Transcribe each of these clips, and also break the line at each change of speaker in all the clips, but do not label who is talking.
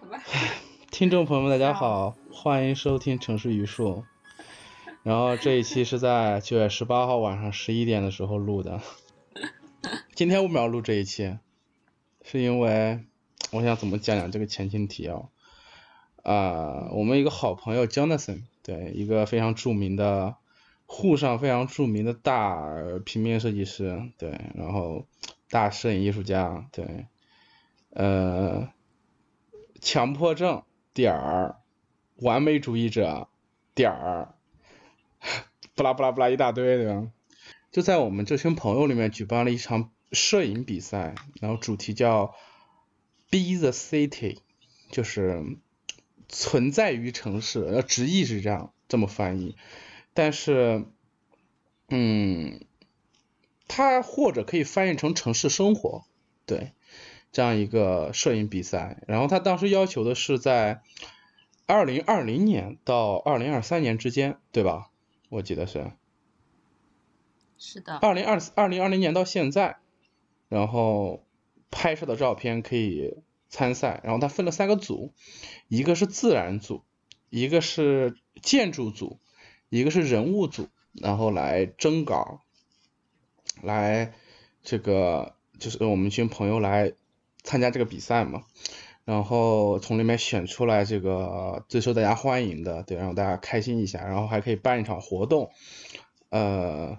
好吧。
听众朋友们，大家好，欢迎收听《城市榆树》。然后这一期是在九月十八号晚上十一点的时候录的。今天我们要录这一期，是因为我想怎么讲讲这个前情提要。啊、我们一个好朋友 Jonathan，对，一个非常著名的沪上非常著名的大平面设计师，对，然后大摄影艺术家，对，呃，强迫症点儿，完美主义者点儿，不拉不拉不拉一大堆，对吧？就在我们这群朋友里面举办了一场摄影比赛，然后主题叫 “Be the City”，就是存在于城市，呃，直译是这样这么翻译，但是，嗯，它或者可以翻译成城市生活，对，这样一个摄影比赛。然后他当时要求的是在二零二零年到二零二三年之间，对吧？我记得是。
是的，
二零二二零二零年到现在，然后拍摄的照片可以参赛，然后它分了三个组，一个是自然组，一个是建筑组，一个是人物组，然后来征稿，来这个就是我们一群朋友来参加这个比赛嘛，然后从里面选出来这个最受大家欢迎的，对，让大家开心一下，然后还可以办一场活动，呃，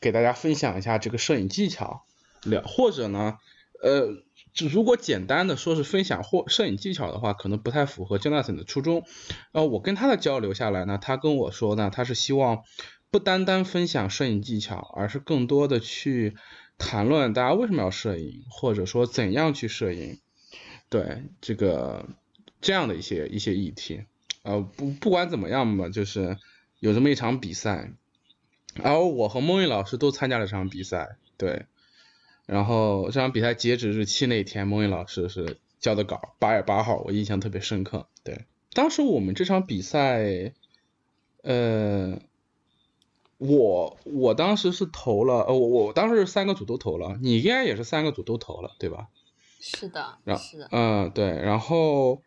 给大家分享一下这个摄影技巧，了或者呢，呃，就如果简单的说是分享或摄影技巧的话，可能不太符合 Jonathan 的初衷。呃，我跟他的交流下来呢，他跟我说呢，他是希望不单单分享摄影技巧，而是更多的去谈论大家为什么要摄影，或者说怎样去摄影，对这个这样的一些一些议题。呃，不不管怎么样吧，就是有这么一场比赛，然后我和孟毅老师都参加了这场比赛，对。然后这场比赛截止日期那天，孟毅老师是交的稿，八月八号，我印象特别深刻。对，当时我们这场比赛，呃，我我当时是投了，呃，我我当时是三个组都投了，你应该也是三个组都投了，对吧？
是的，
然
是的，
嗯，对，然后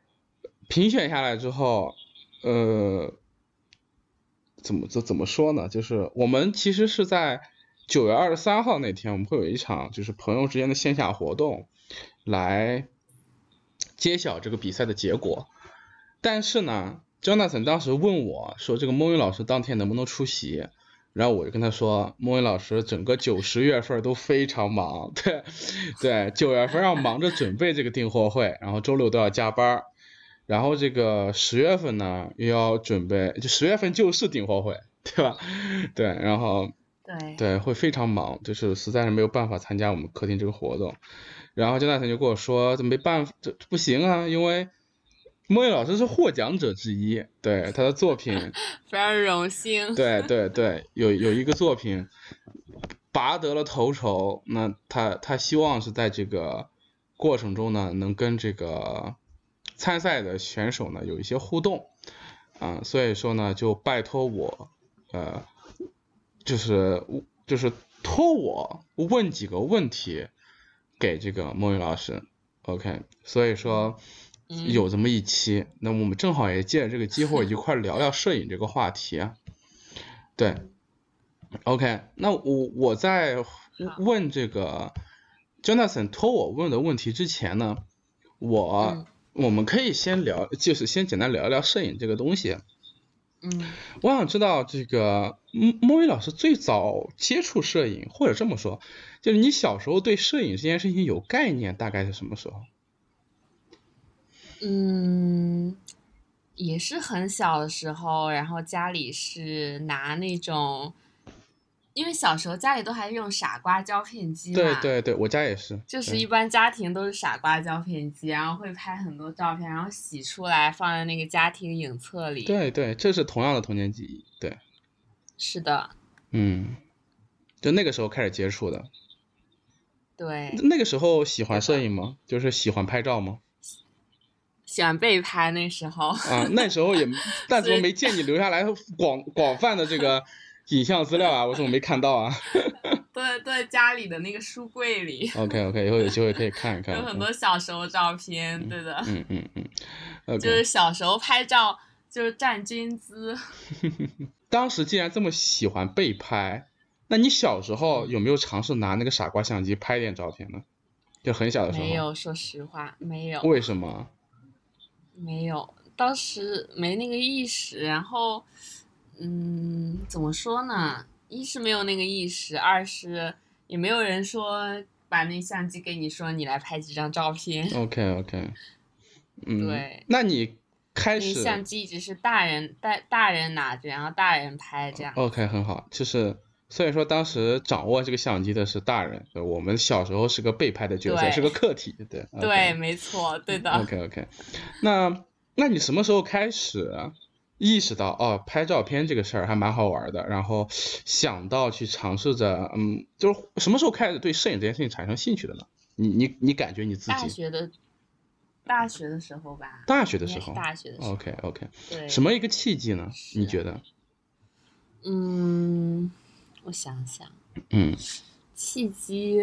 评选下来之后，呃，怎么怎怎么说呢？就是我们其实是在九月二十三号那天，我们会有一场就是朋友之间的线下活动，来揭晓这个比赛的结果。但是呢，Jonathan 当时问我说，这个孟云老师当天能不能出席？然后我就跟他说，莫云老师整个九十月份都非常忙，对， 对，九月份要忙着准备这个订货会，然后周六都要加班儿，然后这个十月份呢又要准备，就十月份就是订货会，对吧？ 对，然后
对，
对，会非常忙，就是实在是没有办法参加我们客厅这个活动。然后姜大成就跟我说，这没办法，这这不行啊，因为莫言老师是获奖者之一，对他的作品
非常荣幸。
对对对，有有一个作品拔得了头筹，那他他希望是在这个过程中呢，能跟这个参赛的选手呢有一些互动啊、所以说呢，就拜托我，呃，就是就是托我问几个问题给这个孟云老师，OK，所以说。
嗯
有这么一期，那我们正好也借着这个机 会一块儿聊聊摄影这个话题啊。对，OK，那我我在问这个 Jonathan 托我问的问题之前呢，我、
嗯
我们可以先聊，就是先简单聊一聊摄影这个东西。啊
嗯，
我想知道这个嗯莫伟老师最早接触摄影，或者这么说，就是你小时候对摄影这件事情有概念，大概是什么时候？
嗯，也是很小的时候，然后家里是拿那种，因为小时候家里都还用傻瓜胶片机嘛，
对，对对，我家也是，
就是
对
一般家庭都是傻瓜胶片机，然后会拍很多照片，然后洗出来放在那个家庭影册里。，
对对，这是同样的童年记忆。对，
是的，
嗯，就那个时候开始接触的。
对，
那个时候喜欢摄影吗？就是喜欢拍照吗？
喜欢被拍那时候。
啊，那时候也，但怎么没见你留下来广广泛的这个影像资料啊？我怎么没看到啊
都在都在家里的那个书柜里，
？OK OK，以后有机会可以看一看。
有很多小时候照片，对的，
嗯嗯嗯， OK
就是小时候拍照就是站军姿。
当时既然这么喜欢被拍，那你小时候有没有尝试拿那个傻瓜相机拍点照片呢？就很小的时候，
没。有，说实话，没有，
为什么？
没有，当时没那个意识，然后，嗯，怎么说呢？一是没有那个意识，二是也没有人说把那相机给你说你来拍几张照片。
OK OK，嗯，
对，
那你开
那
始
相机只是大人大大人拿着，然后大人拍这样。
OK 很好，就是虽然说当时掌握这个相机的是大人，对我们小时候是个被拍的角色，
对
是个客体，对
对，没错，对的。
嗯 OK OK，那那你什么时候开始啊意识到哦，拍照片这个事儿还蛮好玩的，然后想到去尝试着，嗯，就是什么时候开始对摄影这件事情产生兴趣的呢？你你你感觉你自
大
己
学的大学的时候吧，
大学的
应
时
该是
候
大学的时候。
，OK OK，
对，
什么一个契机呢？
是
你
啊
觉得？
嗯，我想想，
嗯
契机，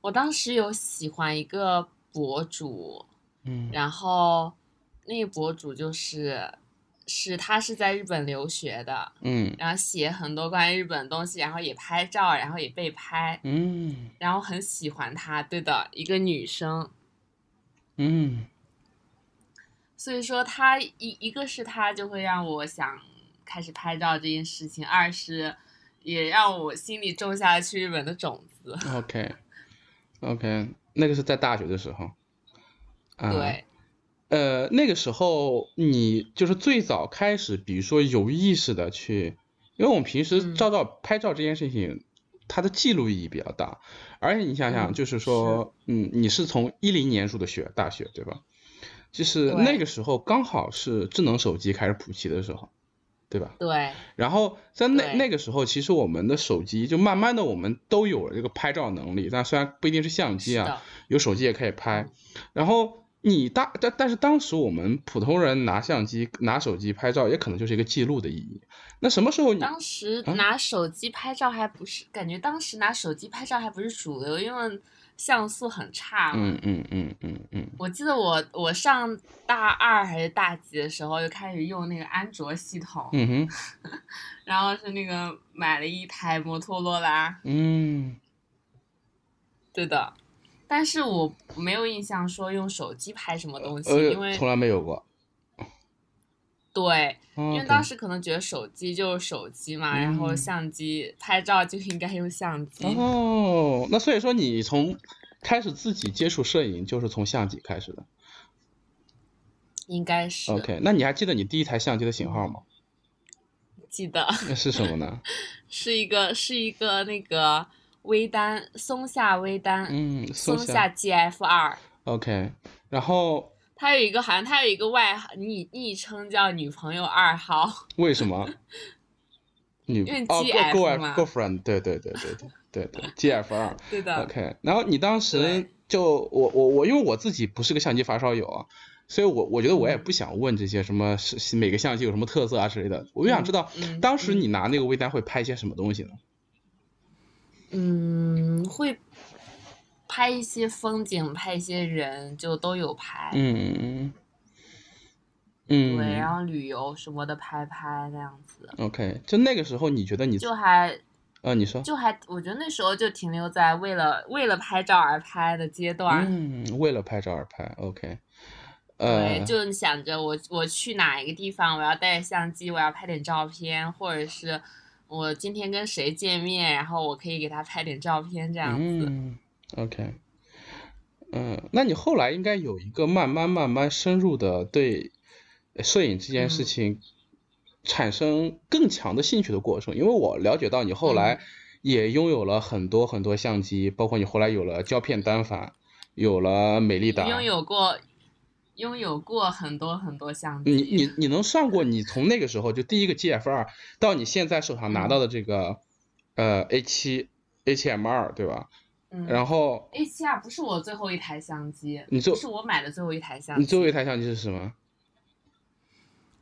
我当时有喜欢一个博主，
嗯
然后那个博主就是是他是在日本留学的，
嗯
然后写很多关于日本的东西，然后也拍照，然后也被拍，
嗯
然后很喜欢她，对的，一个女生。
嗯
所以说他一一个是他就会让我想开始拍照这件事情，二是也让我心里种下了去日本的种子。
，OK OK，那个是在大学的时候，啊、。
对，
呃，那个时候你就是最早开始，比如说有意识的去，因为我们平时
嗯
照照拍照这件事情，它的记录意义比较大，而且你想想，
嗯
就是说，嗯，你是从一零年入的学，大学对吧？就是
对
那个时候刚好是智能手机开始普及的时候，对吧？
对，
然后在那
对
那个时候，其实我们的手机就慢慢的我们都有了这个拍照能力，但虽然不一定是相机
是
啊，
的，
有手机也可以拍。
嗯
然后你大但但是当时我们普通人拿相机拿手机拍照，也可能就是一个记录的意义。那什么时候你
当时
啊
拿手机拍照还不是，感觉当时拿手机拍照还不是主流，因为像素很差嘛。
嗯嗯嗯嗯嗯
我记得我我上大二还是大几的时候就开始用那个安卓系统，
嗯哼
然后是那个买了一台摩托罗拉，
嗯
对的，但是我没有印象说用手机拍什么东西，嗯因
呃
为
从来没有过，哦
对，因
因
为当时可能觉得手机就是手机嘛，然后
嗯
相机拍照就应该用相机。
哦，那所以说你从开始自己接触摄影就是从相机开始的。
应该是
OK，那你还记得你第一台相机的型号吗？
记得
那是什么呢？
是一个是一个那个微单松下微单、
嗯，
松
下。
GF 二，
OK，然后
它有一个好像它有一个外号昵昵称叫女朋友二号，
为什么？你
因为
哦
GF
，go go
嘛
go friend，对对对对对对对 ，GF 二
对的
，OK。然后你当时
嗯对
就我我我，因为我自己不是个相机发烧友啊，所以我我觉得我也
嗯
不想问这些什么是是每个相机有什么特色啊之类的，我就想知道
嗯嗯
当时你拿那个微单会拍一些什么东西呢？
嗯，会拍一些风景，拍一些人，就都有拍。
嗯嗯
对，啊
嗯
然后旅游什么的拍拍那样子，
，OK。就那个时候你觉得你
就还
呃你说
就还，我觉得那时候就停留在为了为了拍照而拍的阶段。
嗯，为了拍照而拍，OK。呃
对，，就想着我我去哪一个地方，我要带着相机，我要拍点照片，或者是我今天跟谁见面，然后我可以给他拍点照片这样子。
嗯，OK，嗯，那你后来应该有一个慢慢慢慢深入的对呃摄影这件事
嗯
情产生更强的兴趣的过程，因为我了解到你后来
嗯
也拥有了很多很多相机，包括你后来有了胶片单反，有了美丽达。
拥有过拥有过很多很多相机。
你嗯你你能算过你从那个时候就第一个 GF 二到你现在手上
嗯
拿到的这个呃 A 七 A 七 M 二对吧？
嗯
然后
A 七二不是我最后一台相机，
你最
不是我买的最后一台相机，
你最后一台相机是什么？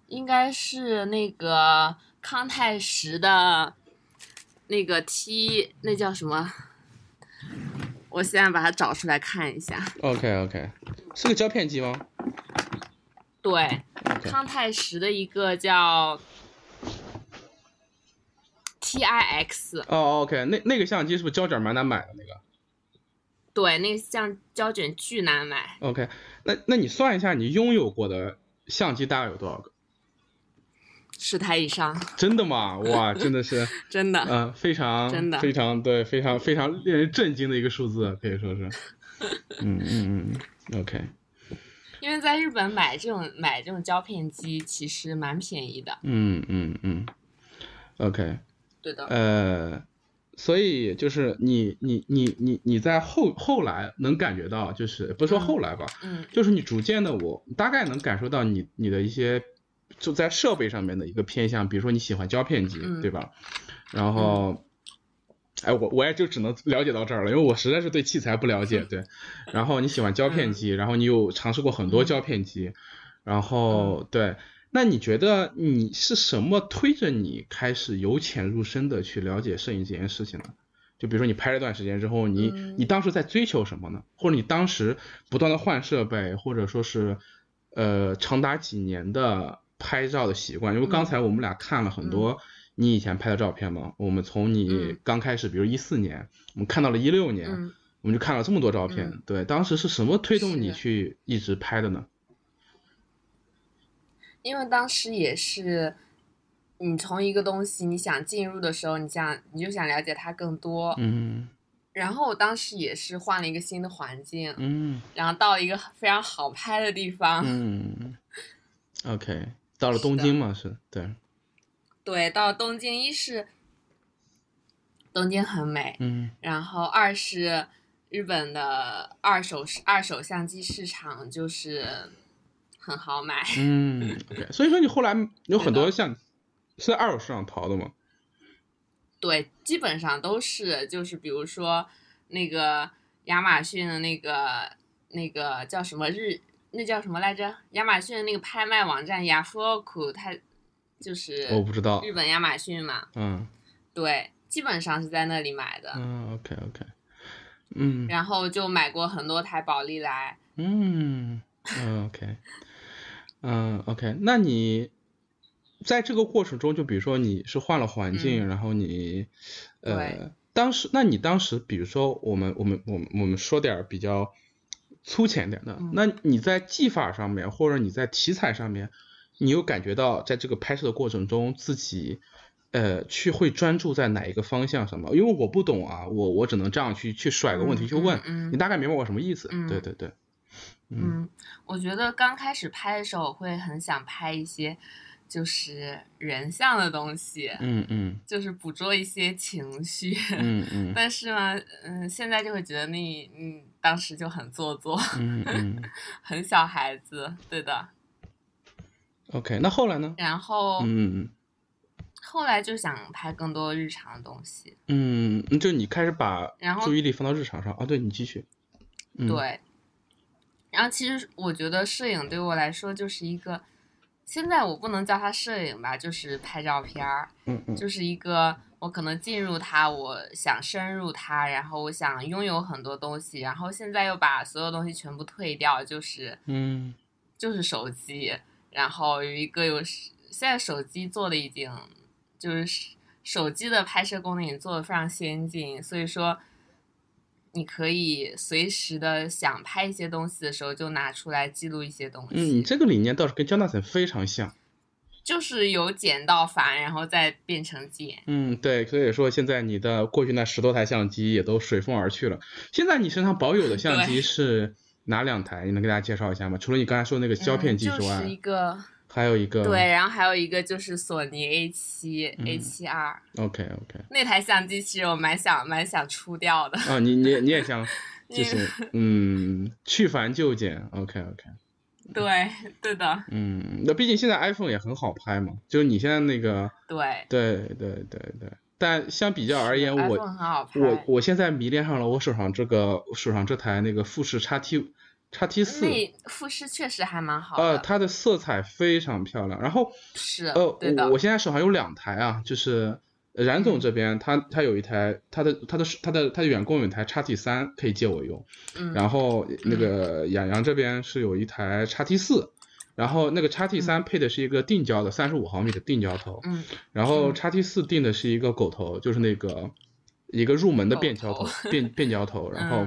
应该是那个康泰时的，那个 T 那叫什么？我现在把它找出来看一下。
OK OK，是个胶片机吗？
对
OK
康泰时的一个叫 T I X，
哦，OK，那那个相机是不是胶卷蛮难买的那个
对，那个像胶卷巨难买，
？OK，那那你算一下你拥有过的相机大概有多少个？
十台以上，
真的吗？哇，真 的是，
真的。
嗯、非常
真的
非常对，非常非常令人震惊的一个数字，可以说 是。嗯嗯嗯，OK，
因为在日本买这种买这种胶片机其实蛮便宜的。
嗯嗯嗯，OK，
对的，
呃，所以就是你你你你你在后后来能感觉到，就是不是说后来吧，
嗯
就是你逐渐的我大概能感受到你你的一些就在设备上面的一个偏向，比如说你喜欢胶片机，
嗯
对吧？然后，哎，我我也就只能了解到这儿了，因为我实在是对器材不了
嗯
解，对。然后你喜欢胶片机，然后你有尝试过很
嗯
多胶片机，然后对。那你觉得你是什么推着你开始由浅入深的去了解摄影这件事情呢？就比如说你拍了一段时间之后，你、
嗯
你当时在追求什么呢？或者你当时不断的换设备，或者说是呃长达几年的拍照的习惯？因为刚才我们俩看了很多你以前拍的照片嘛，我们从你
嗯
刚开始，比如一四年，我们看到了一六年，
嗯，
我们就看了这么多照片，
嗯
对，当时是什么推动你
是
去一直拍的呢？
因为当时也是，你从一个东西你想进入的时候，你想你就想了解它更多。
嗯
然后我当时也是换了一个新的环境，
嗯
然后到了一个非常好拍的地方。
嗯，OK，到了
是
东
的
京嘛，是对，
对，到东京一是东京很美，
嗯
然后二是日本的二手二手相机市场就是很好买。
嗯，OK，所以说你后来有很
对
多
的
像是在二手市场淘的嘛，
对，基本上都是，就是比如说那个亚马逊的那个那个叫什么日，那叫什么来着？亚马逊的那个拍卖网站雅夫奥库，它就是
我不知道，
日本亚马逊嘛，
嗯
对，基本上是在那里买的。
嗯，OK OK，嗯
然后就买过很多台宝丽来，
嗯嗯 OK，嗯 OK，那你在这个过程中，就比如说你是换了环境，然后你
嗯对
呃，当时那你当时，比如说我们我们我们我们说点儿比较粗浅点的
嗯，
那你在技法上面或者你在题材上面，你有感觉到在这个拍摄的过程中自己。呃，去会专注在哪一个方向上吗？因为我不懂啊，我我只能这样去去甩个问题去问，
嗯嗯
你大概明白我什么意思？
嗯
对对对，
嗯，我觉得刚开始拍的时候，我会很想拍一些就是人像的东西，
嗯嗯
就是捕捉一些情绪。
嗯嗯
但是呢，嗯，现在就会觉得你，嗯，当时就很做作，
嗯嗯
很小孩子，对的。
，OK，那后来呢？
然后、
嗯
后来就想拍更多日常的东西，
嗯嗯，就你开始把
然后
注意力放到日常上啊？对你继续。嗯，
对。然后其实我觉得摄影对我来说就是一个，现在我不能叫它摄影吧，就是拍照片儿，
嗯嗯
就是一个我可能进入它，我想深入它，然后我想拥有很多东西，然后现在又把所有东西全部退掉，就是
嗯
就是手机，然后有一个有现在手机做的已经就是手机的拍摄功能也做的非常先进，所以说你可以随时的想拍一些东西的时候就拿出来记录一些东西，
嗯，你这个理念倒是跟 Jonathan 非常像。
就是由简到繁，然后再变成简。
嗯，对，所以说现在你的过去那十多台相机也都随风而去了。现在你身上保有的相机
对
是哪两台？你能给大家介绍一下吗？除了你刚才说那个胶片机
嗯
啊之
就是一
外，
个
还有一个
对，然后还有一个就是索尼 A 七、
嗯
A 七 R
，OK OK，
那台相机，其实我蛮想蛮想出掉的。
啊，你你你也想
你
就是嗯去繁就简，OK OK，
对，对的，
嗯，那毕竟现在 iPhone 也很好拍嘛，就是你现在那个，
对。
对对对对，但相比较而言，
嗯 iPhone
我
很好拍。
我我现在迷恋上了我手上这个我手上这台那个富士 x T x T 四，
那富士确实还蛮好的，
呃，它的色彩非常漂亮，然后
是，
呃，
对的嗯
我我，现在手上有两台啊，就是呃冉总这边他他有一台，他的他的他的他的员工有一台 x T 三可以借我用。
嗯，
然后那个养羊这边是有一台 x T 四，然后那个叉 T 三配的是一个定焦的三十五毫米的定焦头，
嗯，
然后
嗯
叉 T 四定的是一个狗头，就是那个一个入门的变焦头
狗，
变变 焦头。然后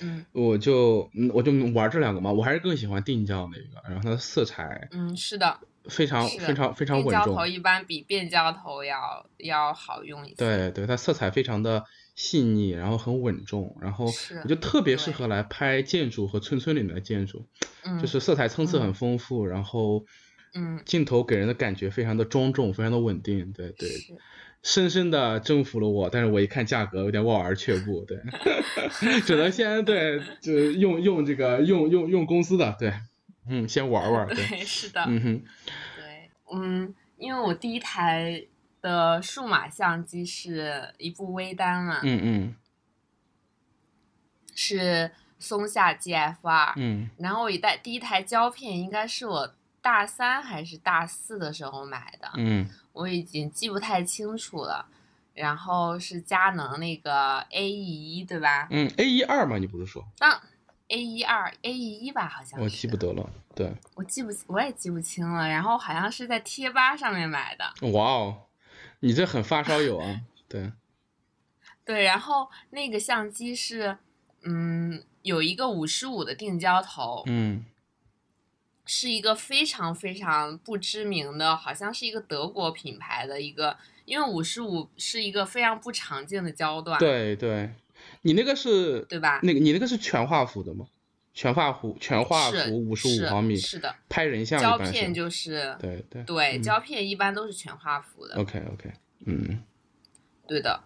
嗯
我就嗯我就玩这两个嘛，我还是更喜欢定焦那个，然后它的色彩
嗯，是的，
非常
是的
非常非常
变
稳
焦
重
头，一般比变焦头要要好用一些。，
对对，它色彩非常的细腻，然后很稳重，然后
是
我觉得特别适
对
合来拍建筑和村村里面的建筑，
嗯，
就是色彩层次很
嗯
丰富，然后
嗯，
镜头给人的感觉非常的庄重，非常的稳定，对对，
是
深深的征服了我，但是我一看价格有点望而却步，对， 只能先对，就用用这个用用用公司的，对，嗯，先玩玩，对，
对， 是的，
嗯哼，
对，嗯，因为我第一台的数码相机是一部微单嘛，
嗯嗯
是松下 GFR，、
嗯
然后我一代第一台胶片应该是我大三还是大四的时候买的，
嗯
我已经记不太清楚了。然后是佳能那个 A E 一对吧？
嗯，A 一二嘛，你不是说，
当 A 一二 A E 一吧，好像
我
啊是
记不，得了，对，
我记不我也记不清了。然后好像是在贴吧上面买的，
哇哦，你这很发烧友啊， 对，
对，然后那个相机是，嗯，有一个五十五的定焦头，
嗯
是一个非常非常不知名的，好像是一个德国品牌的一个，因为五十五是一个非常不常见的焦段，
对对，你那个是
啊对啊吧？
那个你那个是全画幅的吗？全画幅全画
是
幅五十五
是
毫米，
是的，
拍人像
胶
一般是
片
吧，
就是
对对
对
嗯
胶片一般都是全画幅的，
，OK OK，嗯
对的。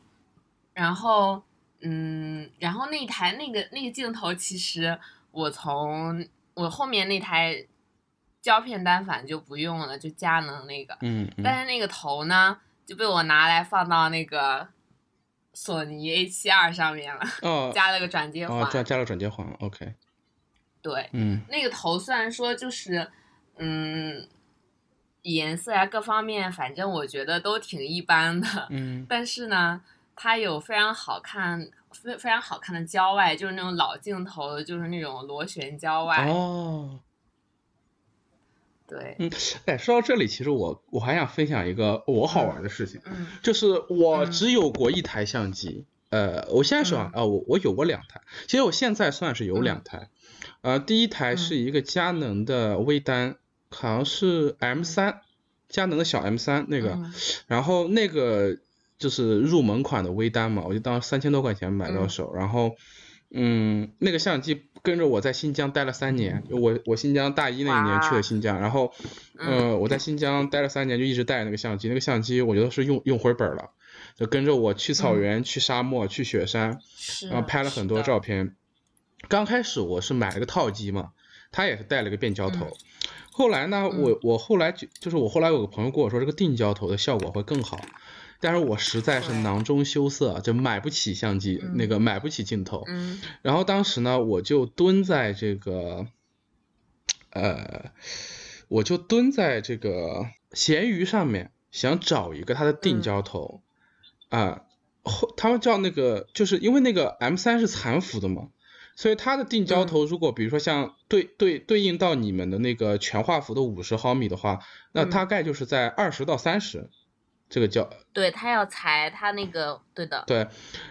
然后，嗯，然后那台那个那个镜头，其实我从我后面那台胶片单反就不用了，就佳能那个。
嗯嗯。
但是那个头呢，就被我拿来放到那个索尼 A 7 2上面了，
哦
加了个转接环。
哦，加加了转接环，OK，
对，
嗯
那个头虽然说就是，嗯，颜色啊各方面，反正我觉得都挺一般的。
嗯
但是呢，它有非常好看、非非常好看的郊外，就是那种老镜头，就是那种螺旋郊外。
哦，
对，
哎，说到这里，其实我我还想分享一个我好玩的事情，
嗯
就是我
嗯
只有过一台相机，呃，我现在手上啊、我我有过两台，其实我现在算是有两
嗯
台，呃，第一台是一个佳能的微单，好像是 M 三，佳能的小 M 三那个，
嗯
然后那个就是入门款的微单嘛，我就当三千多块钱买到
嗯
手，然后。嗯，那个相机跟着我在新疆待了三年，我我新疆大一那一年去
哇
了新疆，然后，
嗯
呃，我在新疆待了三年，就一直带着那个相机，那个相机我觉得是用用回本儿了，就跟着我去草
嗯
原、去沙漠、去雪山，
是。
然后拍了很多
是的
照。片。刚开始我是买了个套机嘛，它也是带了个变焦头。后来呢，
嗯
我我后来就就是我后来有个朋友跟我说，这个定焦头的效果会更好，但是我实在是
对
囊中羞涩，啊就买不起相机，
嗯
那个买不起镜头。
嗯
然后当时呢，我就蹲在这个，呃，我就蹲在这个闲鱼上面，想找一个它的定
嗯
焦头，啊、后他们叫那个，就是因为那个 M 三是残幅的嘛，所以它的定
嗯
焦头如果比如说像对对对应到你们的那个全画幅的五十毫米的话，那
嗯
大概就是在二十到三十，这个叫
对，它要裁，它那个对的，
对，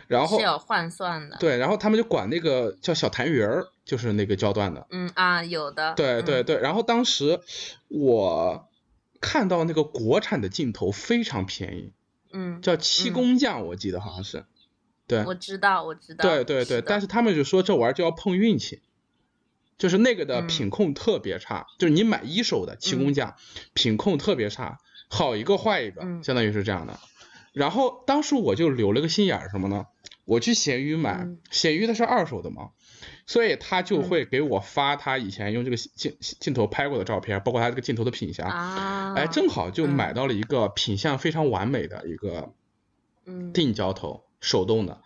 然后
是有换算的。
对，然后他们就管那个叫小痰盂儿，就是那个焦段的。
嗯啊，有的。
对
嗯
对。对，然后当时我看到那个国产的镜头非常便宜，
嗯，
叫七
嗯
工匠，我记得好像是。对
我知道，我知道。
对对对，
是的
但是他们就说这玩意儿就要碰运气，就是那个的
嗯
品控特别差，就是你买一手的七工匠，品控特别差，好一个坏一个，
嗯
相当于是这样的。然后当时我就留了个心眼儿，什么呢？我去闲鱼买
嗯，
闲鱼它是二手的嘛，所以他就
嗯
会给我发他以前用这个镜镜头拍过的照片，包括他这个镜头的品相。
啊，
哎，正好就
嗯
买到了一个品相非常完美的一个
嗯
定焦头，手动的，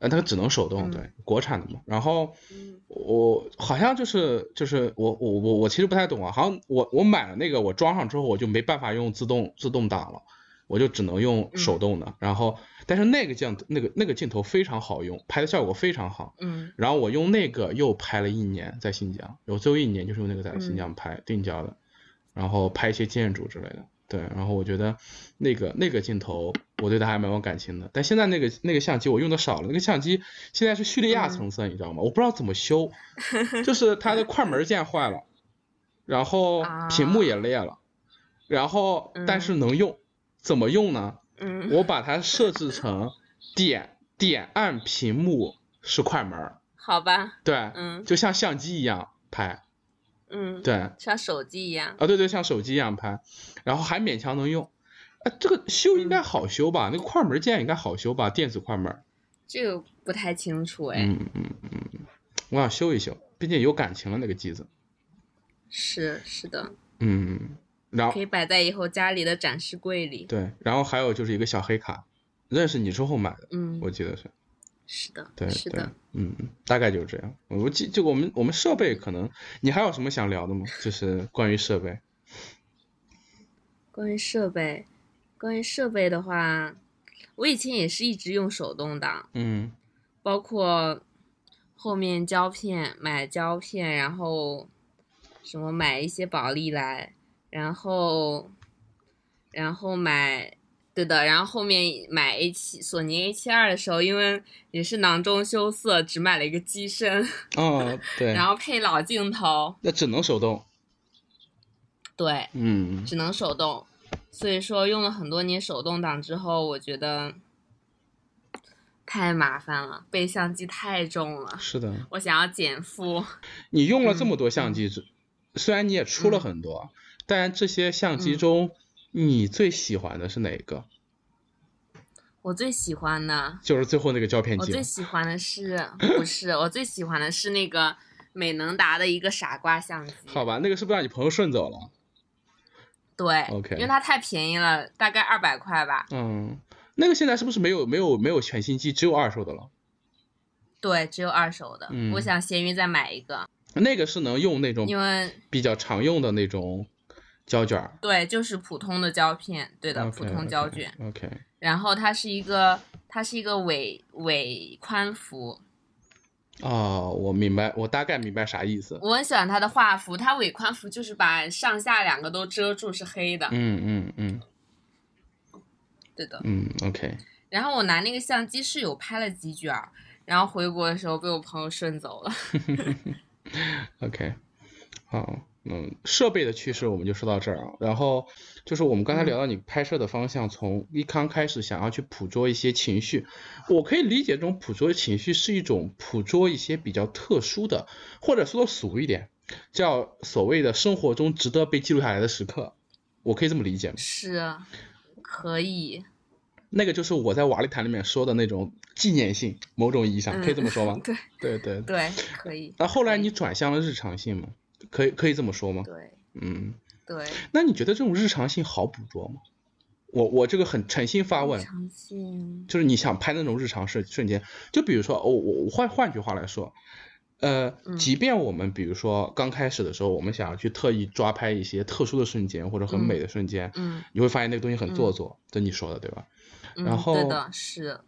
呃，它只能手动，
嗯
对，国产的嘛。然后
嗯
我好像就是就是我我我我其实不太懂啊，好像我我买了那个，我装上之后我就没办法用自动自动挡了，我就只能用手动的。然后但是那个镜那个那个镜头非常好用，拍的效果非常好。
嗯
然后我用那个又拍了一年，在新疆，我最后一年就是用那个在新疆拍、定焦的，然后拍一些建筑之类的。对，然后我觉得那个那个镜头，我对它还蛮有感情的。但现在那个那个相机我用的少了，那个相机现在是叙利亚成色，你知道吗？我不知道怎么修， 就是它的快门键坏了，然后屏幕也裂了，然后但是能用，怎么用呢？
嗯，
我把它设置成点点按屏幕是快门儿，
好吧，
对，
嗯
就像相机一样拍，
嗯，
对，啊
像手机一样，
对对，像手机一样拍，然后还勉强能用。啊，这个修应该好修吧？那个快门键应该好修吧？电子快门儿，
这个不太清楚哎。
嗯嗯嗯，我想修一修，毕竟有感情了那个机子，
是是的，
嗯，然后
可以摆在以后家里的展示柜里。
对，然后还有就是一个小黑卡，认识你之后买的，
嗯，
我记得是，
是的，
对
是
对
的，，
嗯，大概就是这样。我记就我们我们设备可能，你还有什么想聊的吗？就是关于设备，
关于设备，关于设备的话，我以前也是一直用手动挡，
嗯
包括后面胶片买胶片，然后什么买一些宝丽来，然后然后买。对的，然后后面买 A 七索尼 A 七二的时候，因为也是囊中羞涩，只买了一个机身，
哦，对，
然后配老镜头，
那只能手动，
对，
嗯
只能手动。所以说用了很多年手动挡之后，我觉得太麻烦了，背相机太重了，
是的，
我想要减负。
你用了这么多相机，
嗯
之，虽然你也出了很多，啊但这些相
嗯
机中，你最喜欢的是哪个？
我最喜欢的，
就是最后那个胶片
我
机啊
最，喜欢的是不是？我最喜欢的是那个美能达的一个傻瓜相机。
好吧，那个是不是让你朋友顺走了？
对
OK
因为它太便宜了，大概二百块吧。
嗯，那个现在是不是没有没有没有全新机，只有二手的了？
对，只有二手的。
嗯
我想闲鱼再买一个，
那个是能用那种
因为
比较常用的那种胶卷儿。
对，就是普通的胶片，对的
OK，
普通胶卷。。
OK，
然后它是一个它是一个伪伪宽幅，
哦，我明白，我大概明白啥意思。
我很喜欢它的画幅，它伪宽幅就是把上下两个都遮住，是黑的，
嗯嗯嗯
对的。
嗯，OK，
然后我拿那个相机是有拍了几卷儿，然后回国的时候被我朋友顺走了。
OK，好，嗯，设备的趋势我们就说到这儿啊。然后就是我们刚才聊到你拍摄的方向，从一康开始想要去捕捉一些情绪，我可以理解这种捕捉情绪是一种捕捉一些比较特殊的，或者说的俗一点，叫所谓的生活中值得被记录下来的时刻，我可以这么理解吗？
是，啊可以，
那个就是我在瓦砾谈里面说的那种纪念性，某种意义上可以这么说吗？
对
对对对。
对，可以，
那后来你转向了日常性吗？可以可以这么说吗？
对
嗯，
对。
那你觉得这种日常性好捕捉吗？我我这个很诚心发问，
长信
就是你想拍那种日常瞬瞬间，就比如说，哦，我我换换句话来说，呃，
嗯
即便我们比如说刚开始的时候，我们想要去特意抓拍一些特殊的瞬间或者很美的瞬间，
嗯，
你会发现那个东西很做作，就你说的对吧？
嗯
然后
对的是，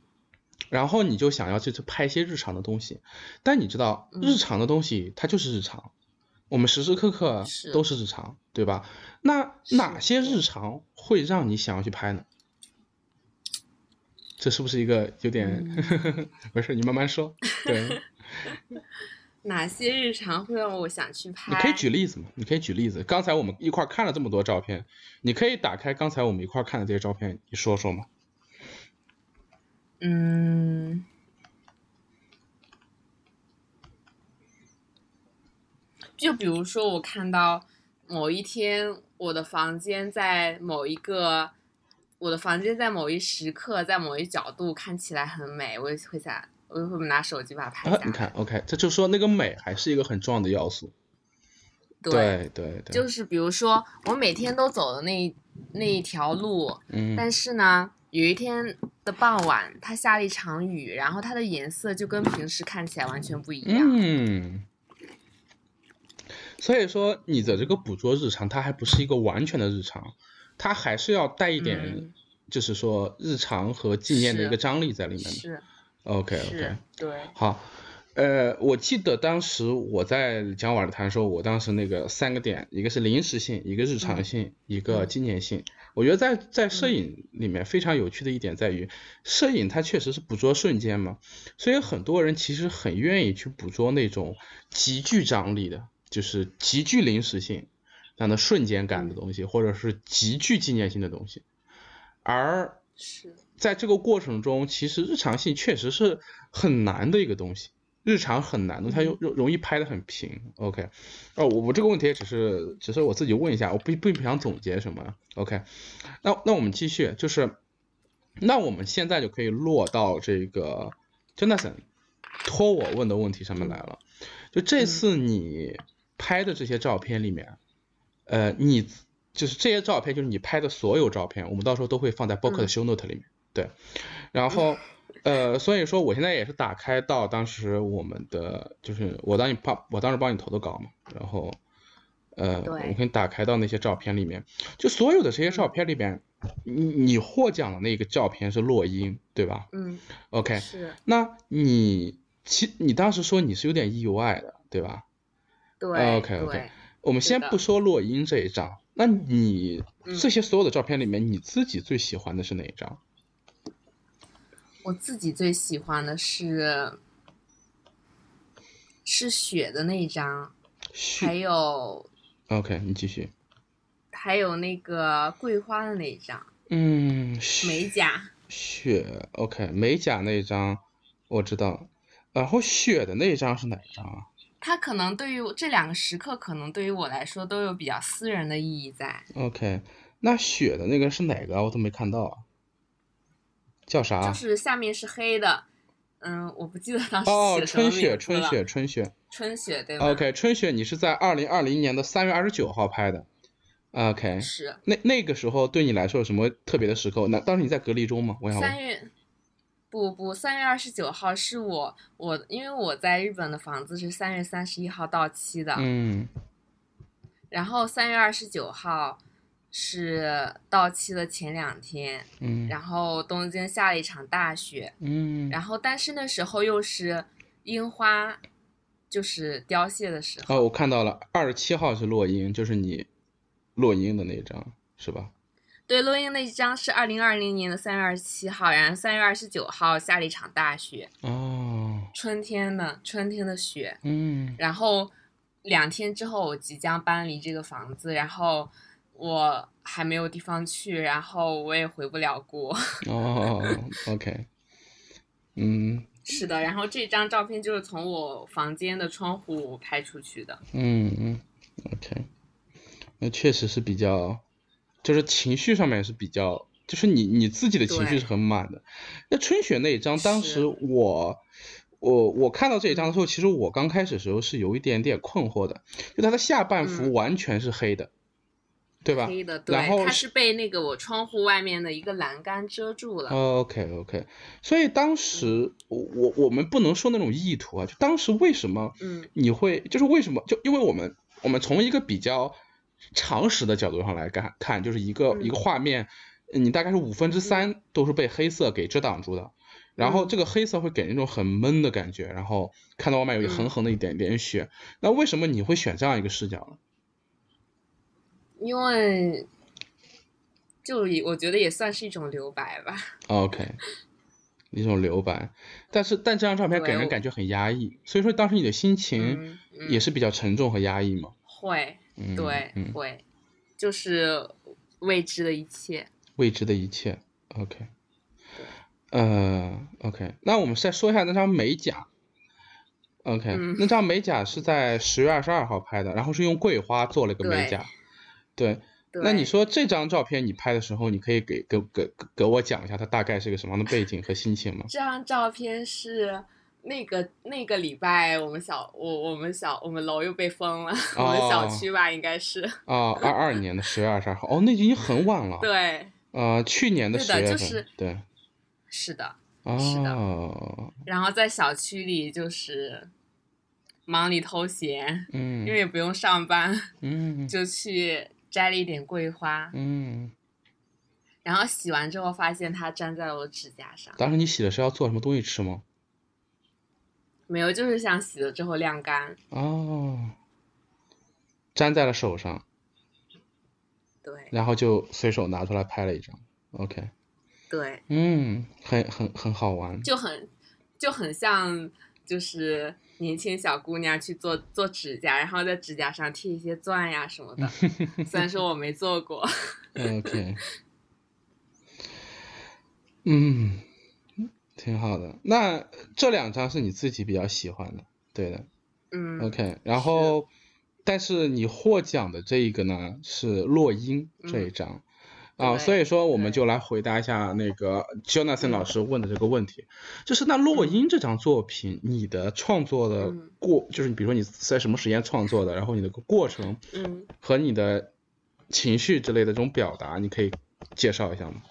然后你就想要去去拍一些日常的东西，但你知道，
嗯
日常的东西它就是日常，我们时时刻刻
是
都是日常，对吧？那
是
哪些
对
日常会让你想要去拍呢？这是不是一个有点？
嗯
没事，你慢 慢说。对，
哪些日常会让我想去拍？
你可以举例子嘛？你可以举例子。刚才我们一块儿看了这么多照片，你可以打开刚才我们一块儿看的这些照片，你说说嘛？
嗯，就比如说，我看到某一天，我的房间在某一个，我的房间在某一时刻，在某一角度看起来很美，我也会想，我也会拿手机把它拍
啊
下，来。
你看，OK，这就说那个美还是一个很重要的要素。
对，
对对，
就是比如说，我每天都走的那一那一条路，
嗯，
但是呢，有一天的傍晚，它下了一场雨，然后它的颜色就跟平时看起来完全不一样。
嗯，所以说你的这个捕捉日常，它还不是一个完全的日常，它还是要带一点
嗯
就是说日常和纪念的一个张力在里面的。
是
OK OK，
是，对，
好，呃，我记得当时我在讲瓦尔谈的时候，我当时那个三个点，一个是临时性，一个日常性，一个纪念性。我觉得在在摄影里面非常有趣的一点在于，摄影它确实是捕捉瞬间嘛，所以很多人其实很愿意去捕捉那种极具张力的，就是极具临时性这样的瞬间感的东西，或者是极具纪念性的东西，而
是
在这个过程中，其实日常性确实是很难的一个东西，日常很难的，它又又容易拍的很平。OK，哦，我我这个问题也只是只是我自己问一下，我并并不想总结什么。OK，那那我们继续，就是那我们现在就可以落到这个 Jonathan 托我问的问题上面来了，就这次你拍的这些照片里面，呃，你就是这些照片，就是你拍的所有照片，我们到时候都会放在播客的 show note 里面。对，然后呃，所以说我现在也是打开到当时我们的，就是我当你帮我当时帮你投的稿嘛，然后呃，
对
我可以打开到那些照片里面，就所有的这些照片里面，你你获奖的那个照片是落英，对吧
嗯
？OK，
是，
那你其你当时说你是有点意外的，对吧？
对
哦 OK，OK
对，
我们
是
先
的
不说落英这一张，那你
嗯
这些所有的照片里面，你自己最喜欢的是哪一张？
我自己最喜欢的是是雪的那一张，还
旭
有
，OK，你继续。
还有那个桂花的那一张
嗯，
美
雪
甲，
雪，OK，美甲那一张我知道，然后雪的那一张是哪一张啊？
它可能对于我这两个时刻，可能对于我来说都有比较私人的意义在，
OK，那雪的那个是哪个啊？我都没看到啊，叫啥
就
啊？
是下面是黑的，嗯，我不记得当时
哦，
写什么
春雪，
名字
春
了
雪，春雪。
春雪对吗
OK，春雪，你是在二零二零年的三月二十九号拍的。OK，
是
那那个时候对你来说有什么特别的时刻？那当时你在隔离中吗？我想
三
问。
月，不不，三月二十九号是我我因为我在日本的房子是三月三十一号到期的，
嗯
然后三月二十九号是到期的前两天，
嗯
然后东京下了一场大雪，
嗯。
然后但是那时候又是樱花就是凋谢的时候，
哦，我看到了，二十七号是落英，就是你落英的那一张是吧？
对，落英那一张是二零二零年的三月二十七号，然后三月二十九号下了一场大雪，
哦，
春天的春天的雪，
嗯
然后两天之后我即将搬离这个房子，然后我还没有地方去，然后我也回不了国。
哦，OK，嗯
是的，然后这张照片就是从我房间的窗户拍出去的。
嗯嗯，OK，那确实是比较，就是情绪上面是比较，就是你你自己的情绪
对
是很满的。那春雪那一张，当
是
时我。我我看到这一张的时候，其实我刚开始的时候是有一点点困惑的，就它的下半幅
嗯
完全是黑的，对吧？
黑的，对
然后，
它
是
是被那个我窗户外面的一个栏杆遮住
哦
了。
OK OK，所以当时我我我们不能说那种意图啊，就当时为什么
嗯，
你会就是为什么就因为我们我们从一个比较常识的角度上来看看，就是一个、
嗯
一个画面，你大概是五分之三都是被黑色给遮挡住的，然后
嗯
这个黑色会给人一种很闷的感觉，然后看到外面有一
嗯
横横的一点点雪，那为什么你会选这样一个视角呢？
因为就也我觉得也算是一种留白吧。
哦 OK，一种留白，但是但这张照片给
对
人
我
感觉很压抑，所以说当时你的心情
嗯，嗯
也是比较沉重和压抑嘛。
会，
嗯，
对，
嗯，
会，就是未知的一切。
未知的一切。OK，呃，OK，那我们再说一下那张美甲。OK，、
嗯
那张美甲是在十月二十二号拍的，然后是用桂花做了个美
对
甲。对，
对
那你说这张照片你拍的时候，你可以给给给给我讲一下它大概是个什么样的背景和心情吗？
这张照片是那个那个礼拜我们小我我们小我们楼又被封了， 我们小区吧应该是
啊，二二年的十月二十二号，哦，那已经很晚了。
对，
呃，去年的
对
十
的
月份，
就是
对，
是的。是的
哦，
然后在小区里就是忙里偷闲，因为
嗯
也不用上班，
嗯
就去摘了一点桂花，
嗯
然后洗完之后发现它粘在了我指甲上，
当时你洗的是要做什么东西吃吗？
没有，就是想洗了之后晾干。
哦，粘在了手上，
对
然后就随手拿出来拍了一张。OK，
对，
嗯，很很很好玩。
就很就很像就是年轻小姑娘去做做指甲，然后在指甲上贴一些钻呀什 么的。虽然说我没做过，
OK，嗯，挺好的。那这两张是你自己比较喜欢的，对的。
嗯
OK，然后，但是你获奖的这一个呢是落英这一张，
嗯
啊，
对
所以说我们
对
就来回答一下那个 Jonathan
嗯
老师问的这个问题，就是那落
嗯
英这张作品，你的创作的
嗯
过，就是你比如说你在什么时间创作的，然后你的过程
嗯
和你的情绪之类的这种表达，你可以介绍一下吗？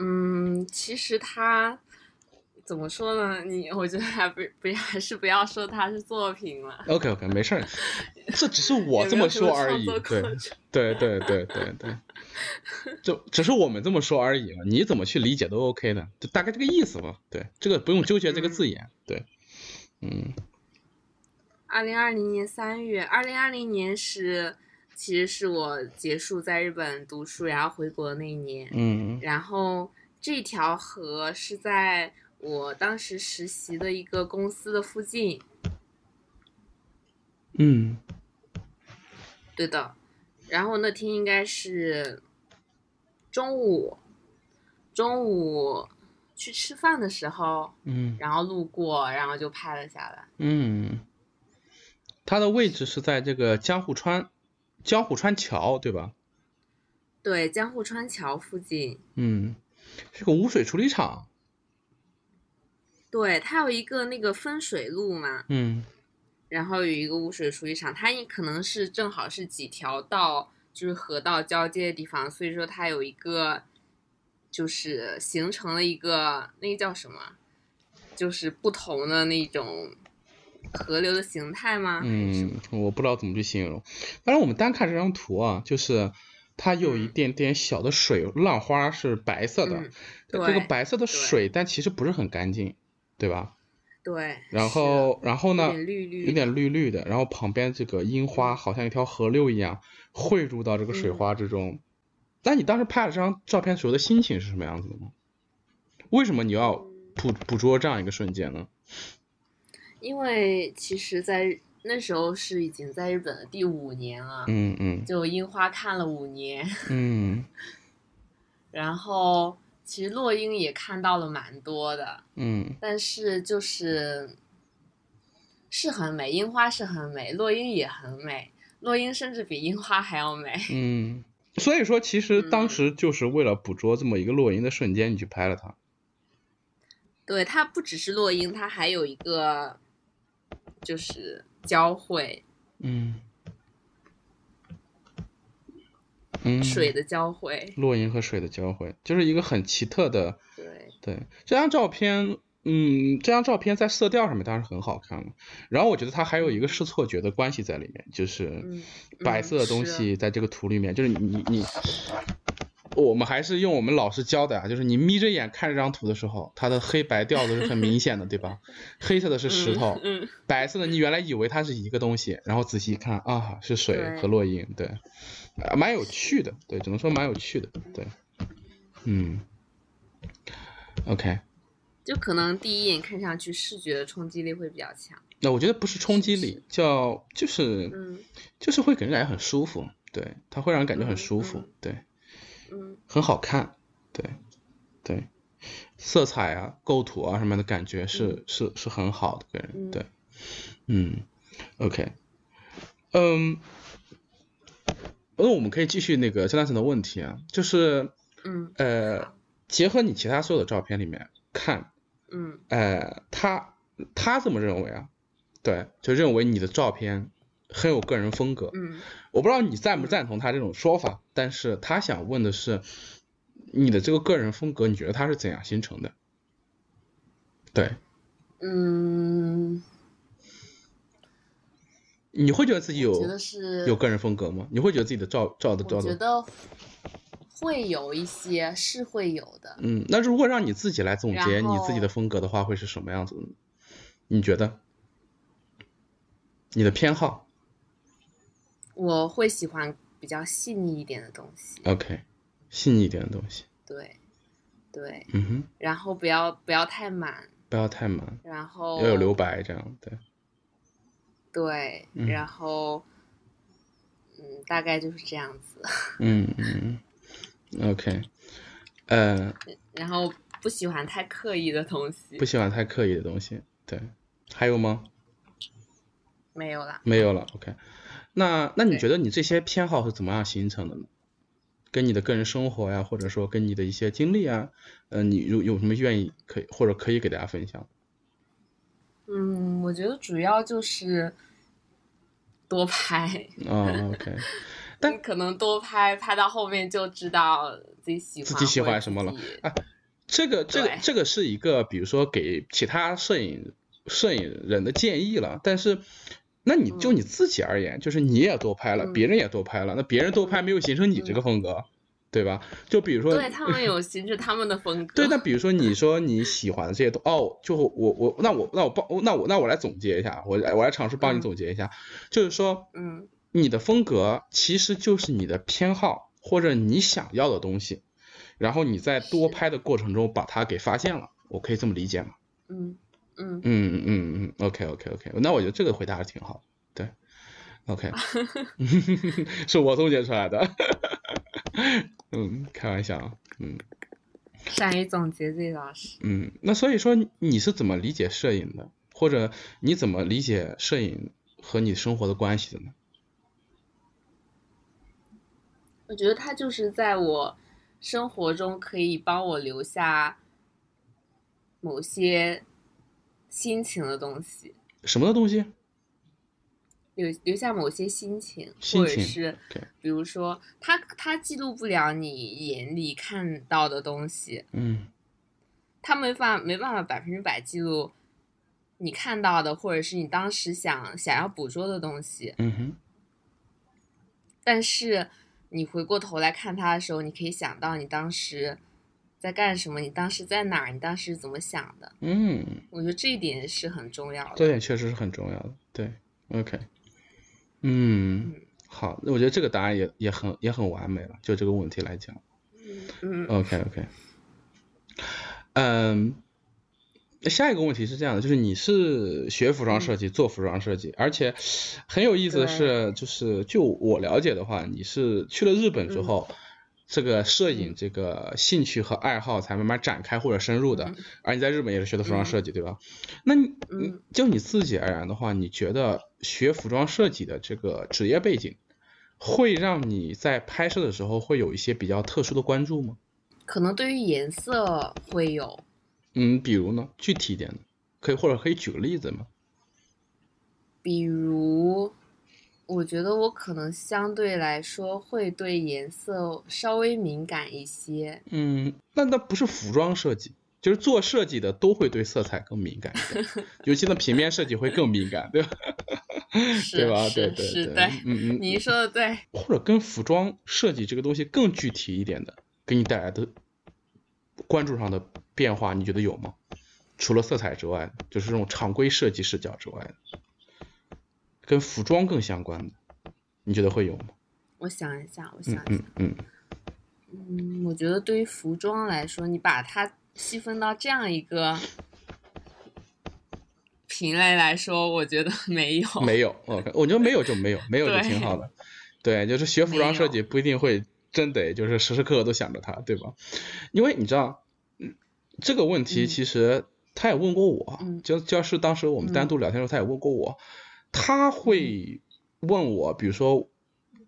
嗯，其实它怎么说呢？你我觉得还不不还是不要说它是作品了。
OK OK，没事儿，这只是
也
我
没
这
有
么
什么
说而
创
已。
作
对
过程
对对对对对，就只是我们这么说而已嘛，你怎么去理解都 OK 的，就大概这个意思吧。对，这个不用纠结这个字眼。对，嗯
二零二零年三月，二零二零年是其实是我结束在日本读书，然后回国那一年。
嗯
然后这条河是在我当时实习的一个公司的附近，
嗯
对的。然后那天应该是中午，中午去吃饭的时候，
嗯
然后路过，然后就拍了下来。
嗯，它的位置是在这个江户川江户川桥，对吧？
对，江户川桥附近，
嗯，是个污水处理厂。
对，它有一个那个分水路嘛，
嗯
然后有一个污水处理厂，它也可能是正好是几条道就是河道交接的地方，所以说它有一个就是形成了一个那个叫什么，就是不同的那种河流的形态吗？还是什么，
嗯，我不知道怎么去形容。当然，我们单看这张图啊，就是它有一
嗯
点点小的水浪花是白色的。
嗯，
这个
对
白色的水，但其实不是很干净，对吧？
对。
然
是
后，然后
有
呢，
点绿绿，
有点绿绿的，然后旁边这个樱花好像一条河流一样汇入到这个水
嗯
花之中。那你当时拍了这张照片时候的心情是什么样子的吗？为什么你
嗯
要捕捕捉这样一个瞬间呢？
因为其实在那时候是已经在日本的第五年了，
嗯嗯
就樱花看了五年，
嗯
然后其实落英也看到了蛮多的，
嗯
但是就是是很美，樱花是很美，落英也很美，落英甚至比樱花还要美。
嗯。所以说，其实当
嗯
时就是为了捕捉这么一个落英的瞬间，你去拍了它。
对，它不只是落英，它还有一个就是交汇，
嗯。嗯。
水的交汇。
落英和水的交汇，就是一个很奇特的。
对，
对，这张照片，嗯，这张照片在色调上面当然是很好看了。然后我觉得它还有一个视错觉的关系在里面，就是
嗯，
白
嗯
色的东
是
西在这个图里面，就是你你，我们还是用我们老师教的啊，就是你眯着眼看这张图的时候，它的黑白调子是很明显的，对吧？黑色的是石头，
嗯，嗯
白色的你原来以为它是一个东西，然后仔细一看啊，是水
对
和落英，对，啊蛮有趣的，对，只能说蛮有趣的，对，嗯，OK，
就可能第一眼看上去视觉的冲击力会比较强。
那我觉得不是冲击力，叫就是
嗯
就是会给人感觉很舒服，对，它会让人感觉很
嗯
舒服
嗯，
对，
嗯
很好看，对，对，色彩啊、构图啊什么的感觉是、
嗯
是是很好的，给人、
嗯
对，嗯，OK，嗯，那我们可以继续那个江大成的问题啊，就是
嗯
呃，结合你其他所有的照片里面看，
嗯
呃，他他这么认为啊，对，就认为你的照片很有个人风格，
嗯
我不知道你赞不赞同他这种说法，但是他想问的是，你的这个个人风格，你觉得它是怎样形成的？对，
嗯，
你会觉得自己
我
有
觉得是
有个人风格吗？你会觉得自己的照照的照
我觉
的，
得会有一些是会有的。
嗯，那如果让你自己来总结
然后
你自己的风格的话，会是什么样子的呢？你觉得？你的偏好
我会喜欢比较细腻一点的东西，
？OK，细腻一点的东西。
对，对，
嗯哼，
然后不要不要太满，
不要太满，
然后
要有留白，这样对。
对，
嗯
然后嗯，大概就是这样子。
嗯嗯嗯，OK，呃，
然后不喜欢太刻意的东西
不，喜欢太刻意的东西。对，还有吗？
没有啦。
没有了，OK。那那你
对
觉得你这些偏好是怎么样形成的呢？跟你的个人生活呀，或者说跟你的一些经历啊，嗯、你有有什么愿意可以或者可以给大家分享？
嗯，我觉得主要就是多拍，
啊 o k 但
你可能多拍，拍到后面就知道自己喜欢
自己喜
或者
欢什么了
自己
啊，这个这个
对
这个是一个，比如说给其他摄影摄影人的建议了，但是。那你就
嗯
你自己而言，就是你也多拍了，
嗯
别人也多拍了，那别人多拍没有形成你这个风格，对吧？就比如说，
对他们有形制他们的风格。
对，那比如说你说你喜欢的这些东，哦，就我我那我那我帮那我那我来总结一下，我来我来尝试帮你
嗯
总结一下，就是说
嗯
你的风格其实就是你的偏好或者你想要的东西，然后你在多
是
拍的过程中把它给发现了，我可以这么理解吗？
嗯嗯，
嗯嗯嗯，OK OK OK，那我觉得这个回答还是挺好的，对，OK，是我总结出来的， 嗯，开玩笑啊，嗯。
善于总结自己老师。
嗯，那所以说你你是怎么理解摄影的，或者你怎么理解摄影和你生活的关系的呢？
我觉得他就是在我生活中可以帮我留下某些心情的东西，
什么的东西
留留下某些心情，
心
或者
情
是
？OK，
比如说，他他记录不了你眼里看到的东西，
嗯
他没法没办法百分之百记录你看到的，或者是你当时想想要捕捉的东西。
嗯哼，
但是你回过头来看他的时候，你可以想到你当时在干什么，你当时在哪儿，你当时怎么想的。
嗯，
我觉得这一点是很重要的。
这点确实是很重要的，对，OK，嗯，好，那我觉得这个答案也也很也很完美了，就这个问题来讲
嗯，嗯
，OK OK，嗯。下一个问题是这样的，就是你是学服装
嗯
设计，做服装设计，而且很有意思的是，就是就我了解的话，你是去了日本之后，这个摄影
嗯
这个兴趣和爱好才慢慢展开或者深入的，
嗯
而你在日本也是学的服装
嗯
设计，对吧？那你
嗯
就你自己而言的话，你觉得学服装设计的这个职业背景，会让你在拍摄的时候会有一些比较特殊的关注吗？
可能对于颜色会有，
嗯，比如呢，具体一点的，可以或者可以举个例子吗？
比如，我觉得我可能相对来说会对颜色稍微敏感一些。
嗯，那那不是服装设计，就是做设计的都会对色彩更敏感一点，尤其呢平面设计会更敏感，对吧？
是
嗯对吧？对
是
对
是，
对，
对，
嗯嗯，
你说的对。
或者跟服装设计这个东西更具体一点的，给你带来的关注上的变化，你觉得有吗？除了色彩之外，就是这种常规设计视角之外，跟服装更相关的，你觉得会有吗？
我想一下，我想
嗯
一
嗯
下，
嗯
嗯，我觉得对于服装来说，你把它细分到这样一个品类来说，我觉得没有。
没有，我看我觉得没有就没有，没有就
对
挺好的。对，就是学服装
没
设
有
计不一定会真得就是时时刻刻都想着它，对吧？因为你知道，嗯这个问题
嗯
其实他也问过我，
嗯
就教师当时我们单独聊天的时候，他也问过我，他
嗯
会问我，比如说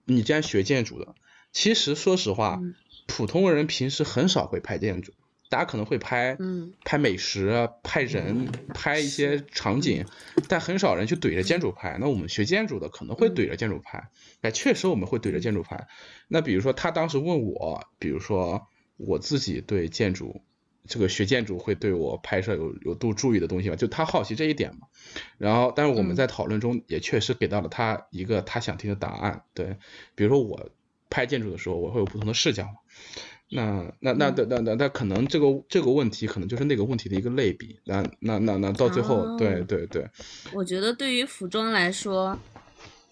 你既然学建筑的，其实说实话，
嗯
普通人平时很少会拍建筑，大家可能会拍
嗯
拍美食啊，拍人，拍一些场
嗯
景，但很少人去怼着建筑拍。那我们学建筑的可能会怼着建筑拍，哎，确实我们会怼着建筑拍。那比如说他当时问我，比如说我自己对建筑。这个学建筑会对我拍摄有有度注意的东西吧？就他好奇这一点嘛。然后，但是我们
嗯
在讨论中也确实给到了他一个他想听的答案。对，比如说我拍建筑的时候，我会有不同的视角嘛。那那那那那那那可能这个这个问题可能就是那个问题的一个类比。那那那那到最后，
哦
对对对，
我觉得对于服装来说，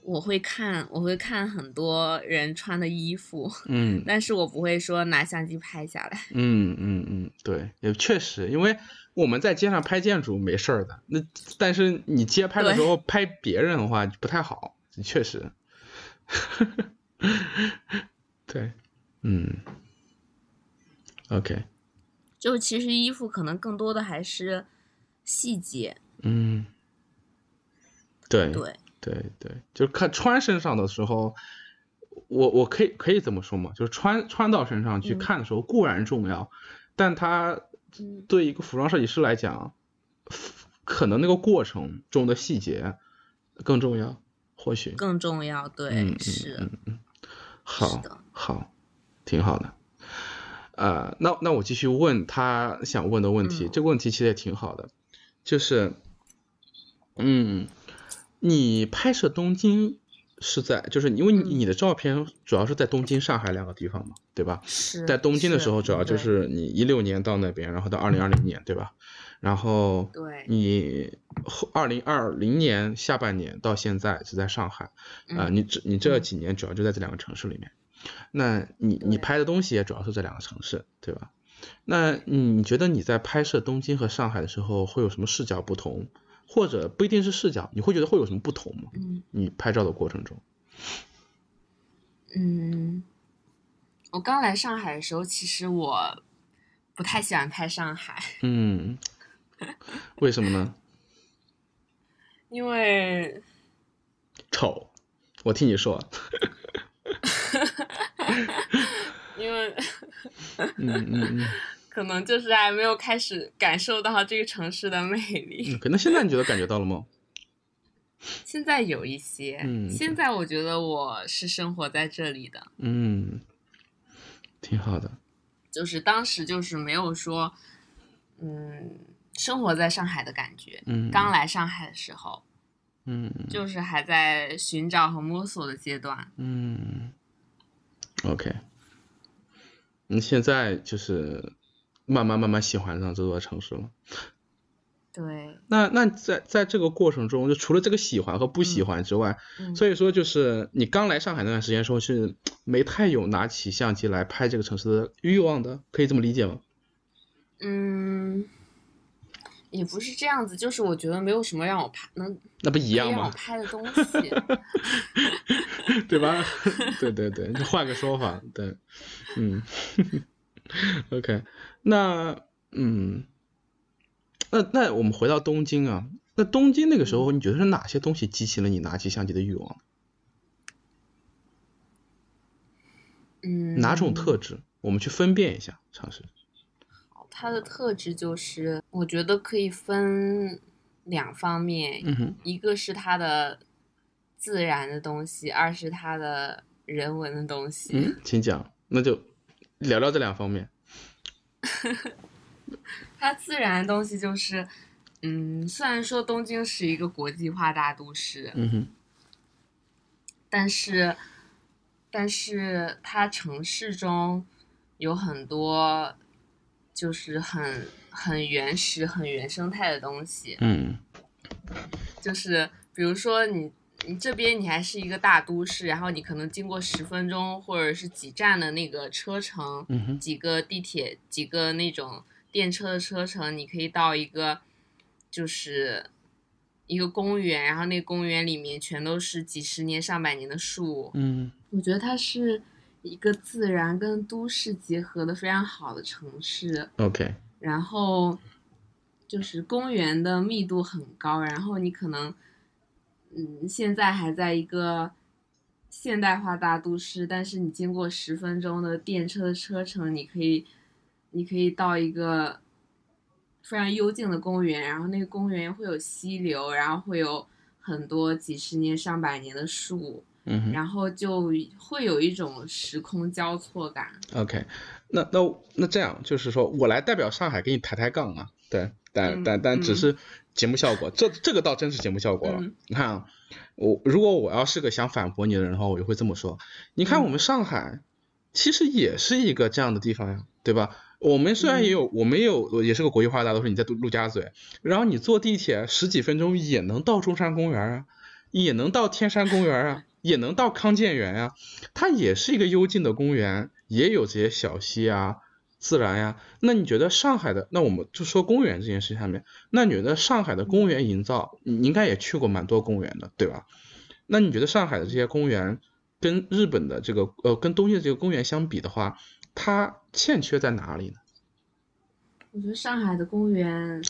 我会看，我会看很多人穿的衣服，
嗯
但是我不会说拿相机拍下来。
嗯嗯嗯，对，也确实，因为我们在街上拍建筑没事儿的，那但是你街拍的时候拍别人的话不太好，确实。 对，嗯，OK，
就其实衣服可能更多的还是细节，
嗯，对
对，
对对，就是看穿身上的时候，我我可以可以这么说嘛，就是穿穿到身上去
嗯
看的时候固然重要，但它
嗯
对一个服装设计师来讲，可能那个过程中的细节更重要，或许
更重要，对，
嗯嗯
是，
好
是的
好，挺好的。呃，那那我继续问他想问的问题，
嗯
这个问题其实也挺好的，就是，嗯，你拍摄东京是在，就是因为你
嗯
你的照片主要是在东京、上海两个地方嘛，对吧？
是
在东京的时候，主要就
对
是你一六年到那边，然后到二零二零年，对吧？然后
对
你二零二零年下半年到现在是在上海，啊、
嗯
你这你这
嗯
几年主要就在这两个城市里面，那你你
对
拍的东西也主要是这两个城市，对吧？那你觉得你在拍摄东京和上海的时候会有什么视角不同，或者不一定是视角，你会觉得会有什么不同吗？
嗯
你拍照的过程中，
嗯，我刚来上海的时候，其实我不太喜欢拍上海，
嗯， 为什么呢？
因为
丑，我听 你说，
因为
嗯嗯嗯
可能就是还没有开始感受到这个城市的魅力。
嗯，可能现在你觉得感觉到了吗？
现在有一些，
嗯
现在我觉得我是生活在这里的，
嗯，挺好的，
就是当时就是没有说，嗯，生活在上海的感觉。
嗯，
刚，来上海的时候，
嗯
就是还在寻找和摸索的阶段。
嗯，OK，你现在就是慢慢慢慢喜欢上这座城市了。
对，
那那在在这个过程中，就除了这个喜欢和不喜欢之外，
嗯，
所以说就是你刚来上海那段时间的时候是没太有拿起相机来拍这个城市的欲望的，可以这么理解吗？
嗯，也不是这样子，就是我觉得没有什么让我拍能
那不一
可以
样
让我
吗？
拍的东西。
对 吧？对对对，就换个说法，对，嗯 ，OK，那嗯，那那我们回到东京啊，那东京那个时候，你觉得是哪些东西激起了你拿起相机的欲望？
嗯，
哪种特质？我们去分辨一下，尝试。
它的特质就是，我觉得可以分两方面，
嗯哼，
一个是它的自然的东西，二是它的人文的东西。
嗯，请讲，那就聊聊这两方面。
它自然的东西就是，嗯，虽然说东京是一个国际化大都市，
嗯哼，
但是，但是它城市中有很多就是很很原始、很原生态的东西，
嗯
就是比如说你。你这边你还是一个大都市，然后你可能经过十分钟或者是几站的那个车程，
嗯哼，
几个地铁、几个那种电车的车程，你可以到一个就是一个公园，然后那公园里面全都是几十年、上百年的树。
嗯
我觉得它是一个自然跟都市结合的非常好的城市，
，OK，
然后就是公园的密度很高，然后你可能嗯现在还在一个。现代化大都市，但是你经过十分钟的电车的车程，你可以，你可以到一个非常幽静的公园，然后那个公园会有溪流，然后会有很多几十年、上百年的树，
嗯哼。
然后就会有一种时空交错感。
OK，那那那这样就是说我来代表上海给你抬抬杠啊，对，但
嗯
但但只
嗯
是节目效果，这这个倒真是节目效果了。
嗯
你看啊，我如果我要是个想反驳你的人的话，我就会这么说：你看
嗯
我们上海其实也是一个这样的地方呀，对吧？我们虽然也有，我们也有，也是个国际化大都市，你在陆陆家嘴，然后你坐地铁十几分钟也能到中山公园啊，也能到天山公园啊，也能到康健园啊，它也是一个幽静的公园，也有这些小溪啊、自然呀、那你觉得上海的，那我们就说公园这件事上面，那你觉得上海的公园营造，你应该也去过蛮多公园的，对吧？那你觉得上海的这些公园跟日本的这个呃跟东京的这个公园相比的话，它欠缺在哪里呢？
我觉得上海的公园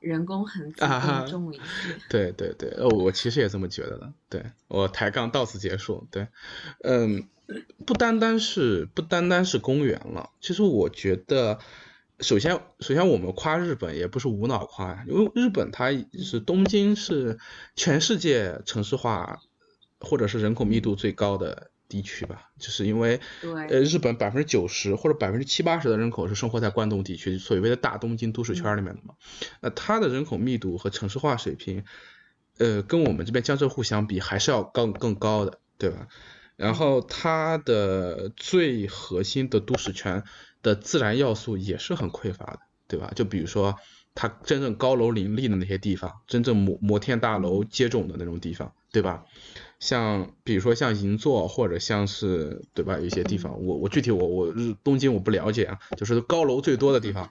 人工痕迹
啊
更重一些。
对对对，呃，我其实也这么觉得的。对我抬杠到此结束。对，嗯，不单单是不单单是公园了，其实我觉得，首先首先我们夸日本也不是无脑夸呀，因为日本它是东京是全世界城市化或者是人口密度最高的地区吧，就是因为呃，
对，
日本百分之九十或者百分之七八十的人口是生活在关东地区，所谓的大东京都市圈里面的嘛。那它的人口密度和城市化水平，呃，跟我们这边江浙沪相比，还是要更更高的，对吧？然后它的最核心的都市圈的自然要素也是很匮乏的，对吧？就比如说它真正高楼林立的那些地方，真正摩摩天大楼接踵的那种地方，对吧？像比如说像银座或者像是对吧，有一些地方，我我具体我我日东京我不了解啊，就是高楼最多的地方，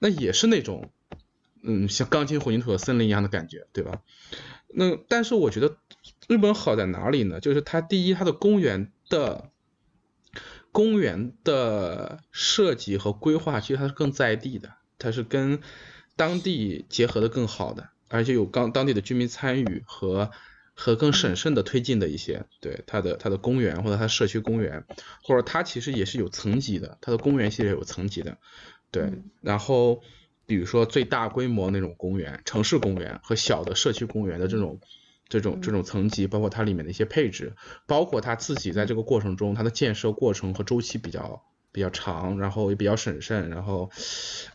那也是那种，嗯，像钢筋混凝土的森林一样的感觉，对吧？那但是我觉得日本好在哪里呢？就是它第一，它的公园的公园的设计和规划，其实它是更在地的，它是跟当地结合的更好的，而且有刚当地的居民参与和和更审慎的推进的一些，对它的它的公园或者它社区公园，或者它其实也是有层级的，它的公园系列有层级的，对
嗯，
然后。比如说最大规模那种公园、城市公园和小的社区公园的这种、这种、这种层级，包括它里面的一些配置，包括它自己在这个过程中，它的建设过程和周期比较比较长，然后也比较审慎，然后，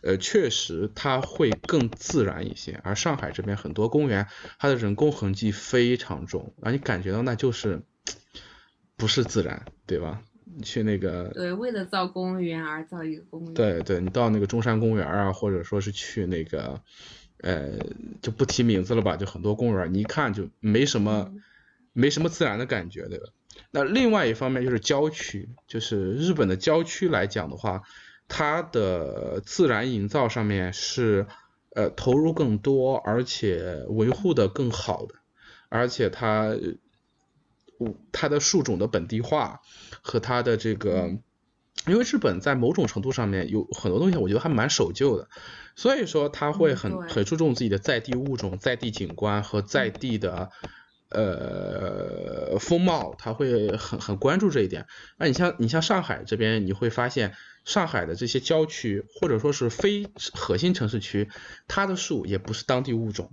呃，确实它会更自然一些。而上海这边很多公园，它的人工痕迹非常重，而你感觉到那就是不是自然，对吧？你去那个
对，为了造公园而造一个公园。
对对，你到那个中山公园儿啊，或者说是去那个，呃，就不提名字了吧，就很多公园儿，你一看就没什么，没什么自然的感觉，对吧？那另外一方面就是郊区，就是日本的郊区来讲的话，它的自然营造上面是，呃，投入更多，而且维护的更好的，而且它，呃它的树种的本地化和它的这个。因为日本在某种程度上面有很多东西，我觉得还蛮守旧的，所以说他会
嗯
很
对
很注重自己的在地物种、在地景观和在地的呃风貌，他会很很关注这一点。那你像你像上海这边，你会发现上海的这些郊区或者说是非核心城市区，它的树也不是当地物种，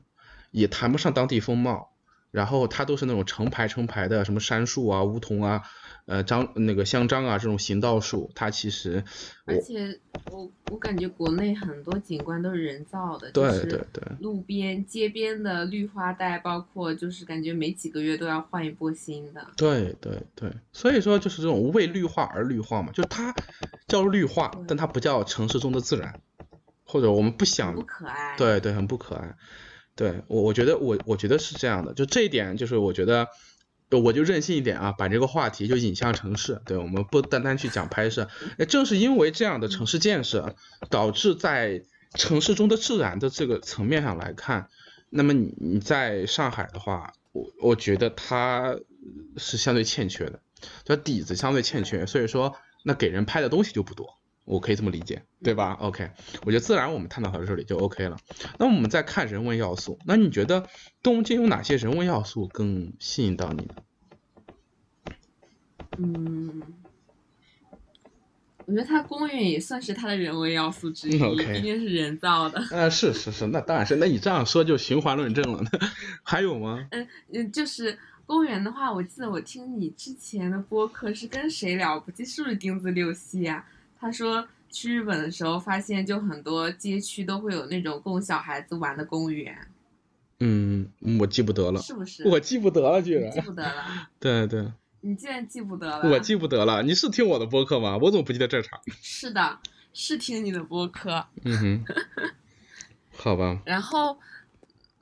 也谈不上当地风貌，然后它都是那种成排成排的，什么杉树啊、梧桐啊、呃樟那个香樟啊这种行道树，它其实
而且我我感觉国内很多景观都是人造的，
对
就是
对对
路边、街边的绿化带，包括就是感觉每几个月都要换一波新的。
对对对，所以说就是这种为绿化而绿化嘛，就它叫绿化，但它不叫城市中的自然，或者我们不想
不可爱。，
对对，很不可爱。对我，我觉得我我觉得是这样的，就这一点，就是我觉得我就任性一点啊，把这个话题就引向城市。对我们不单单去讲拍摄，哎，正是因为这样的城市建设，导致在城市中的自然的这个层面上来看，那么你你在上海的话，我我觉得它是相对欠缺的，它底子相对欠缺，所以说那给人拍的东西就不多。我可以这么理解，对吧？OK，我觉得自然我们探讨到这里就 OK 了。那我们再看人文要素，那你觉得东京有哪些人文要素更吸引到你呢？
嗯，我觉得它公园也算是它的人为要素之一，
嗯，OK
毕竟是人造的。
呃，是是是，那当然是，那你这样说就循环论证了。 还有吗？
嗯，就是公园的话，我记得我听你之前的播客是跟谁聊，不记是不是钉子六系啊？他说去日本的时候发现，就很多街区都会有那种供小孩子玩的公园，
嗯，我记不得了，
是不是？
我记不得了，居
你记
然。
不得了。
对对，
你竟然记不得了？
我记不得了，你是听我的播客吗？我怎么不记得这茬？
是的，是听你的播客。
嗯哼，好吧，
然后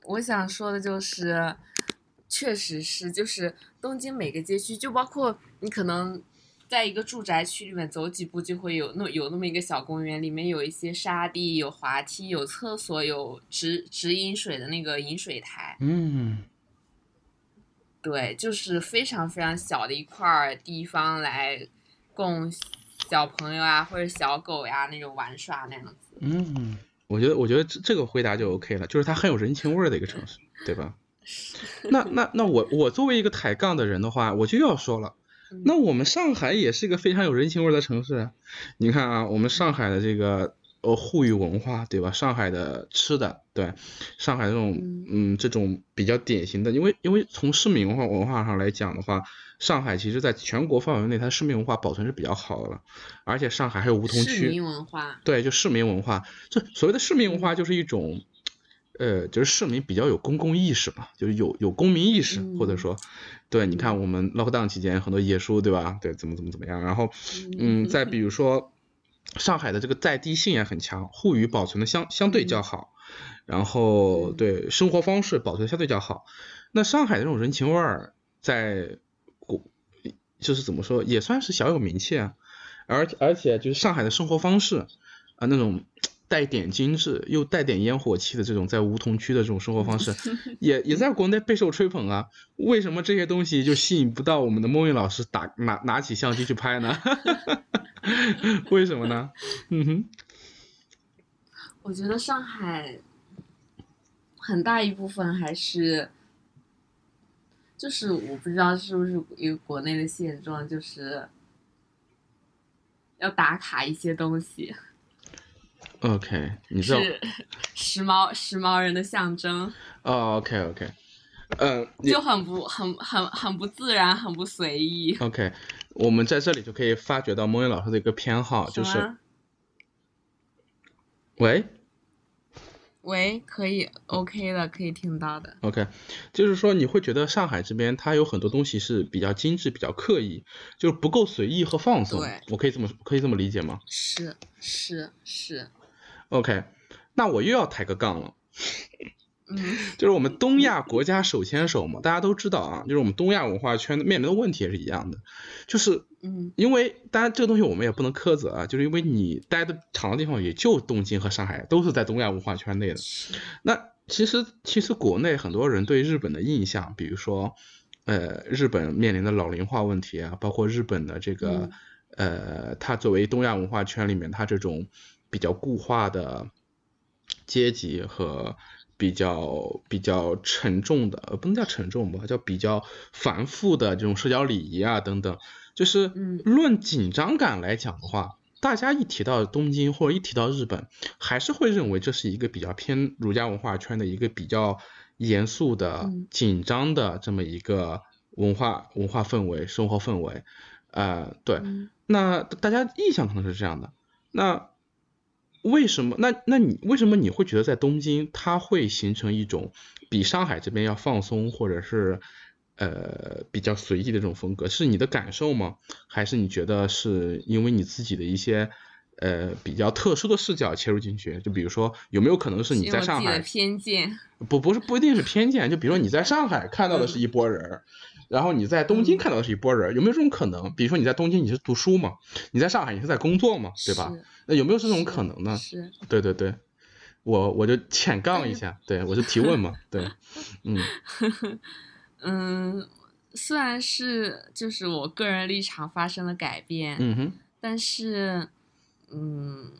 我想说的就是，确实是，就是东京每个街区，就包括你可能在一个住宅区里面走几步，就会有那有那么一个小公园，里面有一些沙地，有滑梯，有厕所，有直直饮水的那个饮水台。
嗯
对，就是非常非常小的一块儿地方来供小朋友啊或者小狗呀、那种玩耍那样子。
嗯，我觉得我觉得这这个回答就 OK 了，就是它很有人情味儿的一个城市，对 吧？那那那我我作为一个抬杠的人的话，我就要说了
嗯。
那我们上海也是一个非常有人情味儿的城市啊，你看啊，我们上海的这个呃沪语文化，对吧？上海的吃的，对，上海这种
嗯
嗯这种比较典型的，因为因为从市民文化文化上来讲的话，上海其实在全国范围内，它市民文化保存是比较好的了，而且上海还有梧桐区，
市民文化，
对，就市民文化，就所谓的市民文化就是一种，呃，就是市民比较有公共意识嘛，就是有有公民意识，或者
嗯
说，对，你看我们 lockdown 期间很多野书，对吧？对，怎么怎么怎么样，然后，嗯，再比如说，上海的这个在地性也很强，沪语保存的相相对较好，然后
嗯
对生活方式保存得相对较好，那上海的这种人情味儿，在国就是怎么说，也算是小有名气啊。而而且就是上海的生活方式啊，那种带点精致又带点烟火气的这种在梧桐区的这种生活方式，也也在国内备受吹捧啊。为什么这些东西就吸引不到我们的孟韵老师打拿拿起相机去拍呢？ 为什么呢？嗯哼，
我觉得上海很大一部分还是，就是我不知道是不是一个国内的现状，就是要打卡一些东西，
OK，你知道
是时髦时髦人的象征，
哦，OK，OK、o k OK，嗯，你
就很不很很很不自然，很不随意。
OK，我们在这里就可以发掘到孟韵老师的一个偏好，啊就
什
是
么
喂
喂，可以 OK 的，可以听到的。
，OK，就是说你会觉得上海这边它有很多东西是比较精致、比较刻意，就是不够随意和放松
对。
我可以这么可以这么理解吗
是是是，
？OK，那我又要抬个杠了。
嗯
就是我们东亚国家手牵手嘛，大家都知道啊，就是我们东亚文化圈面临的问题也是一样的，就是
嗯
因为当然这个东西我们也不能苛责啊，就是因为你待的长的地方也就东京和上海，都是在东亚文化圈内的。
是，
那其实其实国内很多人对日本的印象，比如说，呃，日本面临的老龄化问题啊，包括日本的这个，呃，它作为东亚文化圈里面它这种比较固化的阶级和比较比较沉重的，呃，不能叫沉重吧，叫比较繁复的这种社交礼仪啊等等，就是
嗯
论紧张感来讲的话。大家一提到东京或者一提到日本，还是会认为这是一个比较偏儒家文化圈的一个比较严肃的、
嗯
紧张的这么一个文化文化氛围、生活氛围。呃，对，
嗯
那大家印象可能是这样的。那为什么？那那你为什么你会觉得在东京它会形成一种比上海这边要放松，或者是呃比较随意的这种风格？是你的感受吗？还是你觉得是因为你自己的一些呃比较特殊的视角切入进去？就比如说有没有可能是你
因为
在
我自
上
己的
海
偏见，
不不是不一定是偏见，就比如说你在上海看到的是一波人儿，然后你在东京
嗯
看到的是一波人儿，有没有这种可能？比如说你在东京你是读书嘛，你在上海你是在工作嘛，对吧？
是？
那有没有这种
是
可能呢？
是，
对对对，我我就浅杠
但
一
是
下，对我就提问嘛， 对，嗯
嗯，虽然是就是我个人立场发生了改变，
嗯哼
但是，嗯，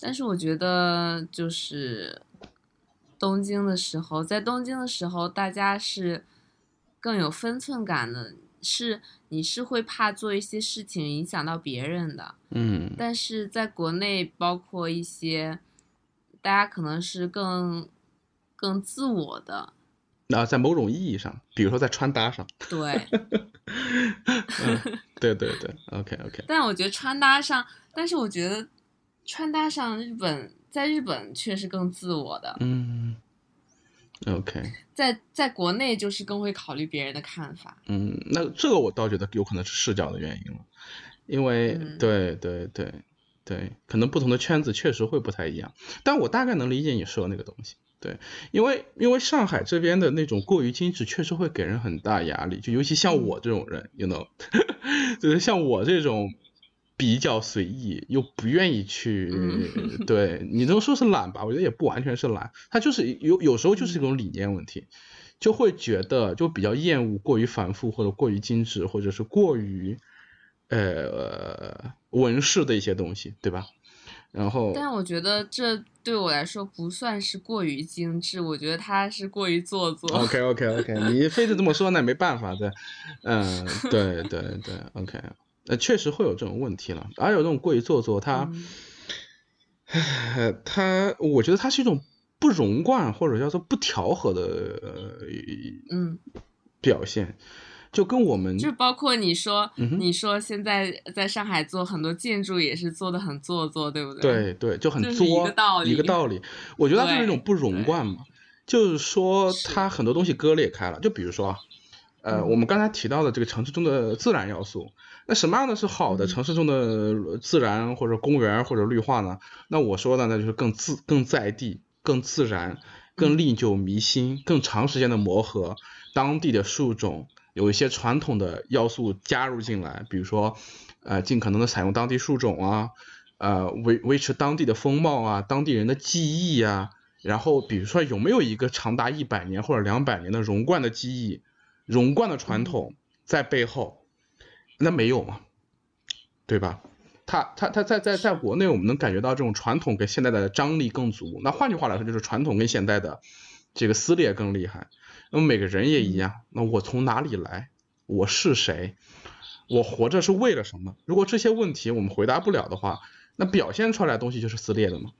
但是我觉得就是东京的时候，在东京的时候，大家是更有分寸感的，是你是会怕做一些事情影响到别人的，
嗯
但是在国内，包括一些大家可能是更更自我的，
那在某种意义上，比如说在穿搭上，
对。
嗯，对对对，OK OK，
但我觉得穿搭上，但是我觉得穿搭上日本在日本却是更自我的，
嗯 OK，
在在国内就是更会考虑别人的看法。
嗯，那这个我倒觉得有可能是视角的原因了，因为、
嗯
对对对对，可能不同的圈子确实会不太一样，但我大概能理解你说的那个东西。对，因为因为上海这边的那种过于精致，确实会给人很大压力，就尤其
嗯
像我这种人，you know，就是像我这种比较随意又不愿意去，
嗯
对你能说是懒吧？我觉得也不完全是懒，他就是有有时候就是一种理念问题，就会觉得就比较厌恶过于繁复或者过于精致或者是过于呃纹饰的一些东西，对吧？然后
但我觉得这对我来说不算是过于精致，我觉得他是过于做作。
OK OK OK，你非得这么说那也没办法，对，嗯，对对对，OK，呃，确实会有这种问题了，而有这种过于做作，它，
嗯
唉 它，我觉得它是一种不融贯或者叫做不调和的呃
嗯，
表现，就跟我们
就是包括你说，
嗯哼
你说现在在上海做很多建筑也是做的很做作，对不对？
对对，就很
这是一
作，
个道理
我觉得它就是一种
对
不融贯嘛，就是说
是
它很多东西割裂开了。就比如说啊，呃，
嗯
我们刚才提到的这个城市中的自然要素，那什么样的是好
嗯
的城市中的自然或者公园或者绿化呢？那我说的呢，就是更自更在地、更自然、
嗯
更历久弥新、更长时间的磨合，当地的树种有一些传统的要素加入进来，比如说，呃，尽可能的采用当地树种啊，呃，维维持当地的风貌啊，当地人的记忆啊，然后比如说有没有一个长达一百年或者两百年的荣冠的记忆、荣冠的传统在背后，那没有嘛，对吧？它它它在在在国内，我们能感觉到这种传统跟现代的张力更足。那换句话来说，就是传统跟现代的这个撕裂更厉害。那么每个人也一样，那我从哪里来？我是谁？我活着是为了什么？如果这些问题我们回答不了的话，那表现出来的东西就是撕裂的嘛，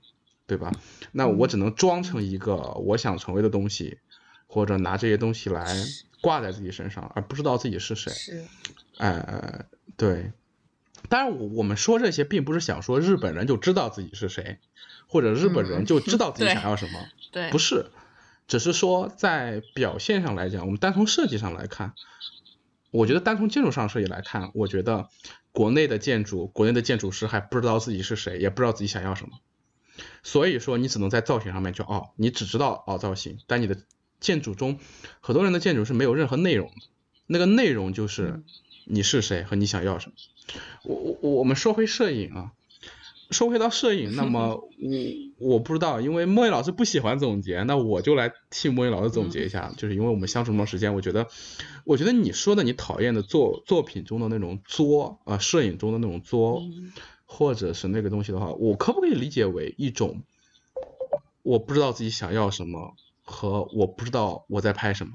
对吧？那我只能装成一个我想成为的东西，或者拿这些东西来挂在自己身上，而不知道自己是谁。
是，
呃，对。当然，我我们说这些，并不是想说日本人就知道自己是谁，或者日本人就知道自己
对
想要什么，
对，
不是，只是说在表现上来讲，我们单从设计上来看，我觉得单从建筑上设计来看，我觉得国内的建筑，国内的建筑师还不知道自己是谁，也不知道自己想要什么，所以说你只能在造型上面就哦，你只知道哦造型，但你的建筑中，很多人的建筑是没有任何内容的，那个内容就是
嗯
你是谁和你想要什么。我我我我们说回摄影啊，说回到摄影，那么我我不知道，因为莫言老师不喜欢总结，那我就来替莫言老师总结一下，就是因为我们相处这么长时间，我觉得，我觉得你说的你讨厌的作作品中的那种作啊、呃摄影中的那种作，
嗯
或者是那个东西的话，我可不可以理解为一种我不知道自己想要什么和我不知道我在拍什么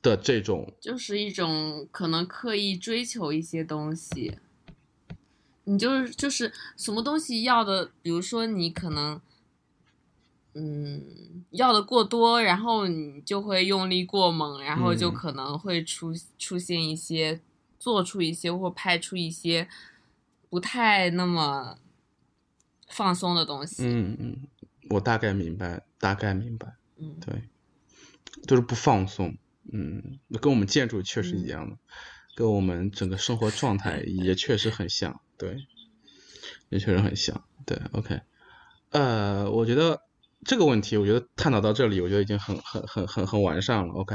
的这种
就是一种可能刻意追求一些东西，你就是就是什么东西要的，比如说你可能，嗯，要的过多，然后你就会用力过猛，然后就
嗯
可能会出、出现一些做出一些或拍出一些不太那么放松的东西，
嗯嗯，我大概明白，大概明白，
嗯
对，就是不放松，嗯，那跟我们建筑确实
嗯
一样的，跟我们整个生活状态也确实很像，对，也确实很像，对，OK，呃，我觉得这个问题，我觉得探讨到这里，我觉得已经很很很很很完善了，OK。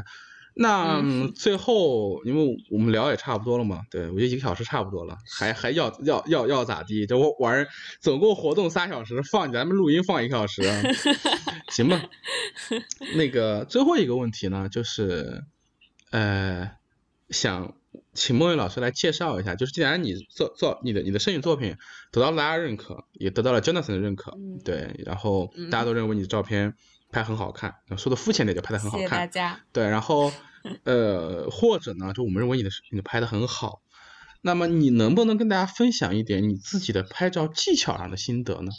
那
嗯
最后，因为我们聊也差不多了嘛，对我觉得一个小时差不多了，还还要要要要咋地？这我玩儿总共活动仨小时，放咱们录音放一个小时 啊，行吧？那个最后一个问题呢，就是呃，想请孟云老师来介绍一下，就是既然你做做你的你的摄影作品得到了大家认可，也得到了 Jonathan 的认可，
嗯
对，然后
嗯
大家都认为你的照片拍很好看，说的肤浅点就拍的很好
谢谢
看
大，家，
对，然后呃，或者呢，就我们认为你的你的拍的很好，那么你能不能跟大家分享一点你自己的拍照技巧上的心得呢？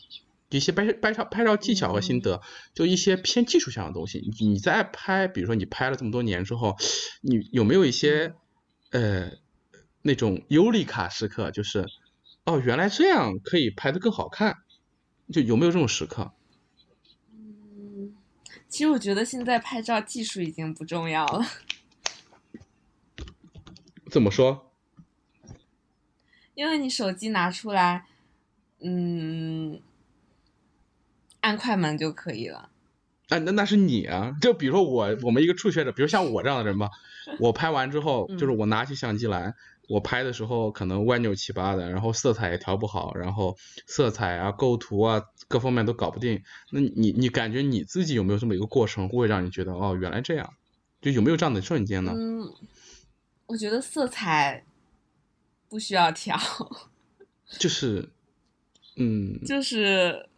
一些拍拍照拍照技巧和心得，就一些偏技术上的东西。你你在拍，比如说你拍了这么多年之后，你有没有一些呃那种尤里卡时刻？就是哦，原来这样可以拍得更好看，就有没有这种时刻？
嗯，其实我觉得现在拍照技术已经不重要了，
怎么说？
因为你手机拿出来，嗯，按快门就可以了。
啊，那那是你啊！就比如说
嗯
我，我们一个初学者，比如像我这样的人 吧，我拍完之后，
嗯
就是我拿起相机来，我拍的时候可能歪扭七八的，然后色彩也调不好，然后色彩啊、构图啊各方面都搞不定。那你你感觉你自己有没有这么一个过程，会让你觉得哦，原来这样？就有没有这样的瞬间呢？
嗯，我觉得色彩不需要调，
就是，嗯，
就是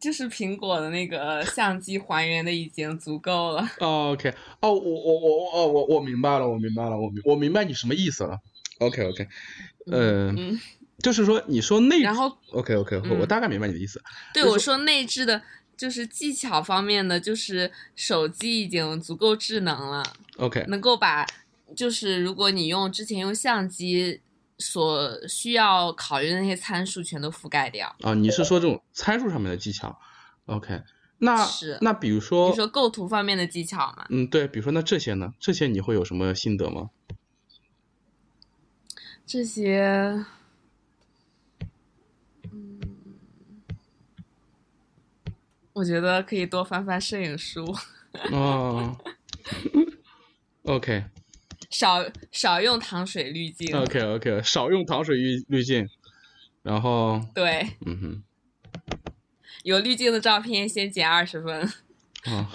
就是苹果的那个相机还原的已经足够了。
哦，OK，哦，我我我我哦，我我明白了，我明白了，我明我明白你什么意思了。OK OK，呃，
嗯，
就是说你说内
然后
OK OK，我、
嗯
我大概明白你的意思。
对
就是
我说内置的，就是技巧方面的，就是手机已经足够智能了。
OK，
能够把，就是如果你用之前用相机所需要考虑的那些参数全都覆盖掉，
啊，你是说这种参数上面的技巧？OK，那
是
那比如
比
说
如说构图方面的技巧嘛。
嗯，对，比如说那这些呢？这些你会有什么心得吗？
这些，嗯，我觉得可以多翻翻摄影书，
哦，OK
少少用糖水滤镜。
OK OK，少用糖水滤滤镜，然后
对，
嗯哼。
有滤镜的照片先减二十分。
啊，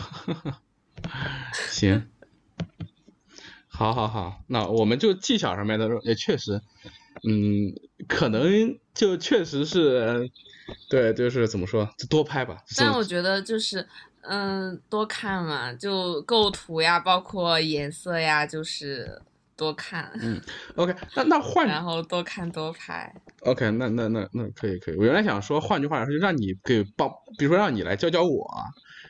行，好好好，那我们就技巧上面的也确实，嗯，可能就确实是，对，就是怎么说，就多拍吧。
但
总
我觉得就是，嗯，多看嘛，就构图呀，包括颜色呀，就是多看，
OK，那那换
然后多看多拍。
OK，那那那那可以可以。我原来想说，换句话来说，就让你给帮，比如说让你来教教我啊，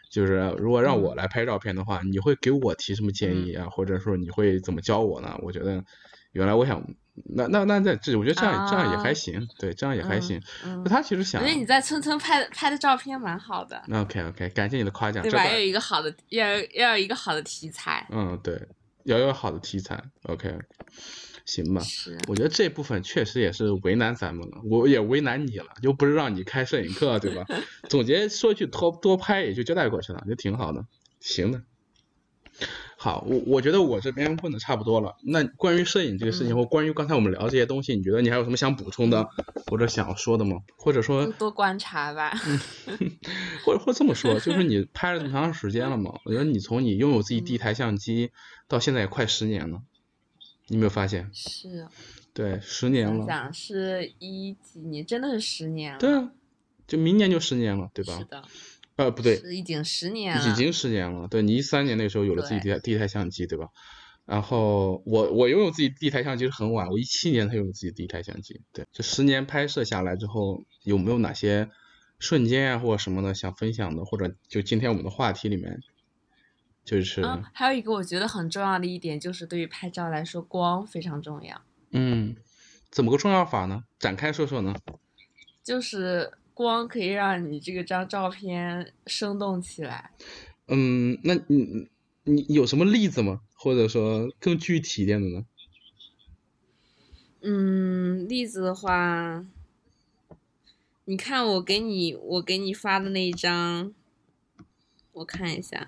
就是如果让
嗯
我来拍照片的话，你会给我提什么建议啊，或者说你会怎么教我呢？我觉得原来我想，那那那那这，我觉得这样、这样也还
啊
行，对，这样也还
嗯
行。
嗯
那，他其实
我
想
觉得你在村村拍的拍的照片蛮好的，
，OK OK，感谢你的夸奖，
对
这
吧？
段
要有一个好的，要有要有一个好的题材。
嗯对，要有好的题材，OK，行吧。
是，
我觉得这部分确实也是为难咱们了，我也为难你了，又不是让你开摄影课，对吧？总结说一句多多拍也就交代过去了，就挺好的，行的。好，我我觉得我这边问的差不多了。那关于摄影这个事情，
嗯
或关于刚才我们聊这些东西，你觉得你还有什么想补充的，或者想要说的吗？或者说，
多观察吧。
嗯或者或者这么说，就是你拍了这么长时间了嘛？我觉得你从你拥有自己第一台相机到现在也快十年了，你有没有发现？
是，
对，十年
想
了。
想是一几年，真的是十年了。
对啊，就明年就十年了，对吧
是？的，
呃，不对，
是已经十年了。
已经十年了。对你一三年那时候有了自己第一台第一台相机，对吧？然后我我拥有自己第一台相机是很晚，我一七年才拥有自己第一台相机。对，这十年拍摄下来之后，有没有哪些瞬间啊或者什么的想分享的，或者就今天我们的话题里面，就是
嗯，还有一个我觉得很重要的一点就是，对于拍照来说，光非常重要。
嗯，怎么个重要法呢？展开说说呢？
就是光可以让你这个张照片生动起来。
嗯，那你你你有什么例子吗？或者说更具体一点的呢？
嗯，例子的话，你看我给你我给你发的那一张，我看一下。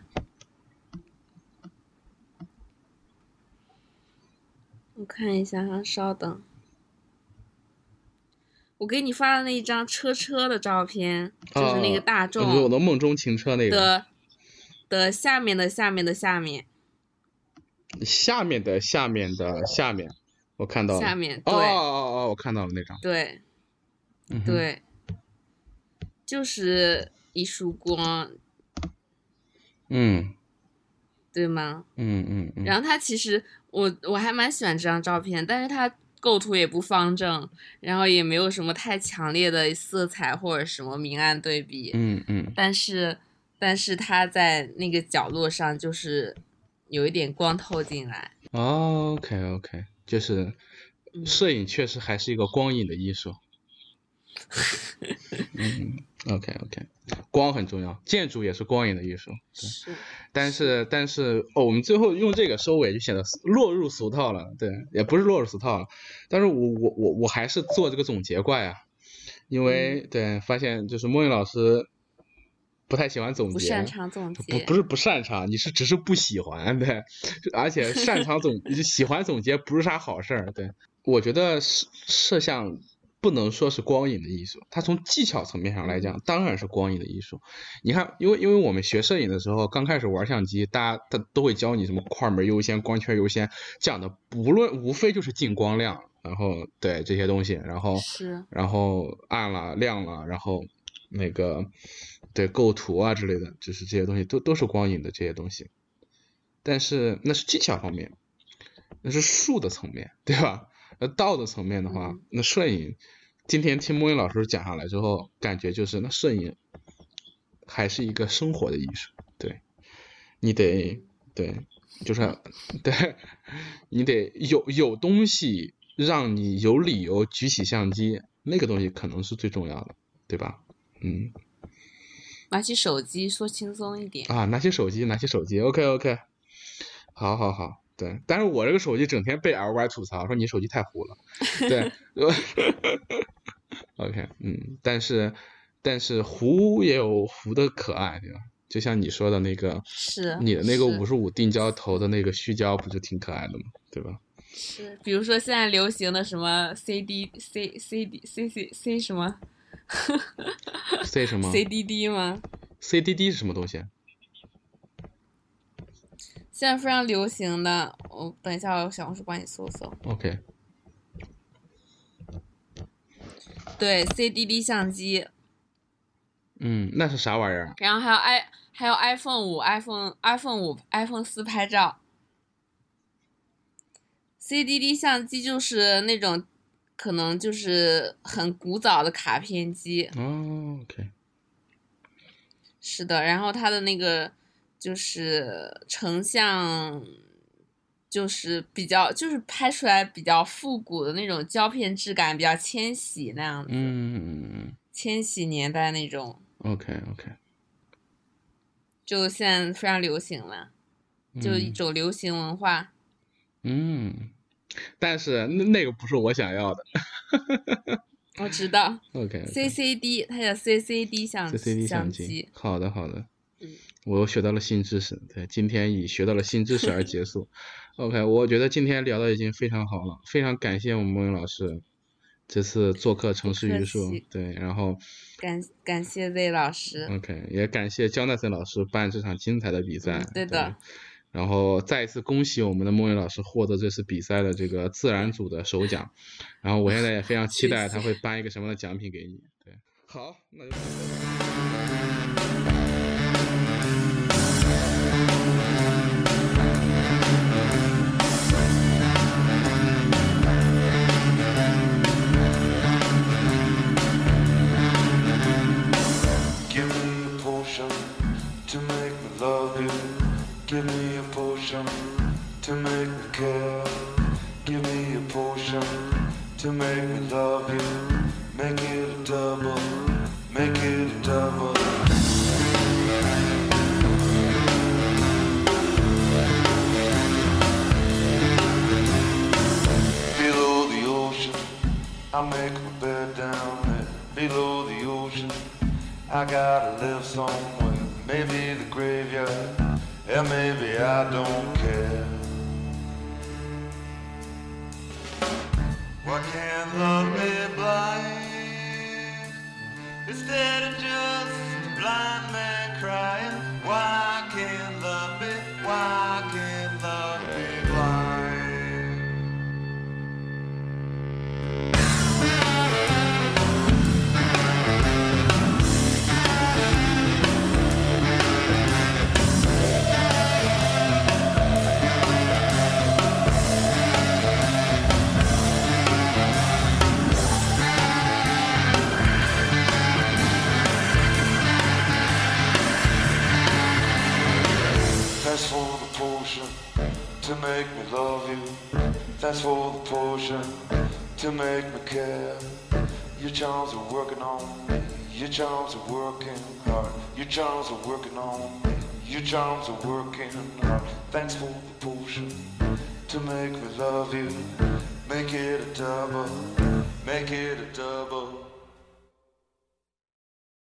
我看一下哈，稍等。我给你发的那一张车车的照片，就是那个
啊
大
呃不是我
众
的梦中情车那个
的的下面的下面的下面，
下面的下面的下面，我看到了。
下面
哦
对、
哦哦哦，我看到了那张。
对
嗯哼，
对，就是一束光，
嗯
对吗？
嗯嗯嗯，
然后它其实我我还蛮喜欢这张照片，但是它构图也不方正，然后也没有什么太强烈的色彩或者什么明暗对比，
嗯嗯
但是但是它在那个角落上就是有一点光透进来，
，OK OK，就是
嗯
摄影确实还是一个光影的艺术。嗯， OK OK，光很重要，建筑也是光影的艺术。对
是
但是但是哦，我们最后用这个收尾就显得落入俗套了，对，也不是落入俗套了，但是我我我我还是做这个总结怪啊，因为、
嗯
对发现就是莫云老师不太喜欢总结，
不擅长总
不
结
不，是不擅长，你是只是不喜欢，对，而且擅长总 就喜欢总结不是啥好事儿，对，我觉得摄摄像不能说是光影的艺术，它从技巧层面上来讲当然是光影的艺术。你看，因为因为我们学摄影的时候，刚开始玩相机，大家他都会教你什么快门优先、光圈优先这样的，不论无非就是进光量，然后对这些东西，然后
是
然后暗了、亮了，然后那个对构图啊之类的，就是这些东西都都是光影的这些东西，但是那是技巧方面，那是术的层面，对吧？那道的层面的话，
嗯
那摄影，今天听莫云老师讲下来之后，感觉就是那摄影还是一个生活的艺术，对，你得对，就是 对，你得有有东西让你有理由举起相机，那个东西可能是最重要的，对吧？嗯
拿起手机说轻松一点，
啊，拿起手机，拿起手机，OK OK，好好好，对。但是我这个手机整天被 LY 吐槽说你手机太糊了，对，OK，嗯，但是但是糊也有糊的可爱，对吧？就像你说的那个，
是
你的那个
是
五十五定焦头的那个虚焦，不就挺可爱的吗？对吧？
是，比如说现在流行的什么 CD C C D C C C 什么
C 什么
CDD 吗？
？CDD 是什么东西？
现在非常流行的，我等一下我小红书帮你搜搜。
OK，
对 CDD 相机，
嗯，那是啥玩意儿啊？
然后还有 i 还有 iPhone 五、iPhone iPhone 五、iPhone 四拍照。CDD 相机就是那种，可能就是很古早的卡片机，
哦，OK，
是的，然后它的那个就是成像，就是比较就是拍出来比较复古的那种胶片质感，比较千禧那样子，
嗯
千禧年代那种，
，OK OK，
就现在非常流行了，就一种流行文化。
嗯，嗯但是那那个不是我想要的。
我知道
OK，, o k
CCD，它叫 CCD 相
CCD
相
机
机，，
好的好的
嗯，
我又学到了新知识。对，今天以学到了新知识而 结束。OK，我觉得今天聊的已经非常好了，非常感谢我们孟云老师这次做客城市榆树
不客气。
对，然后
感感谢 Z 老师，
OK，也感谢焦奈森老师办这场精彩的比赛。
嗯对的
然后再一次恭喜我们的孟云老师获得这次比赛的这个自然组的首奖，然后我现在也非常期待
谢谢
他会颁一个什么样的奖品给你。对，好，那就。
Give me a potion to make me love you. Give me a potion to make me care. Give me a potion to make me love you. Make it a double. Make it a double. Below the ocean, I make my bed down there. Below the ocean, I gotta live somewhere. Maybe the graveyard, and maybe I don't care. What can love me blind? Instead of just a blind man crying, why can't love be? Why can't love be blind? Thanks for the potion to make me love you. Thanks for the potion to make me care. Your charms are working on me. Your charms are working hard. Your charms are working on me. Your charms are working hard. Thanks for the potion to make me love you. Make it a double. Make it a double.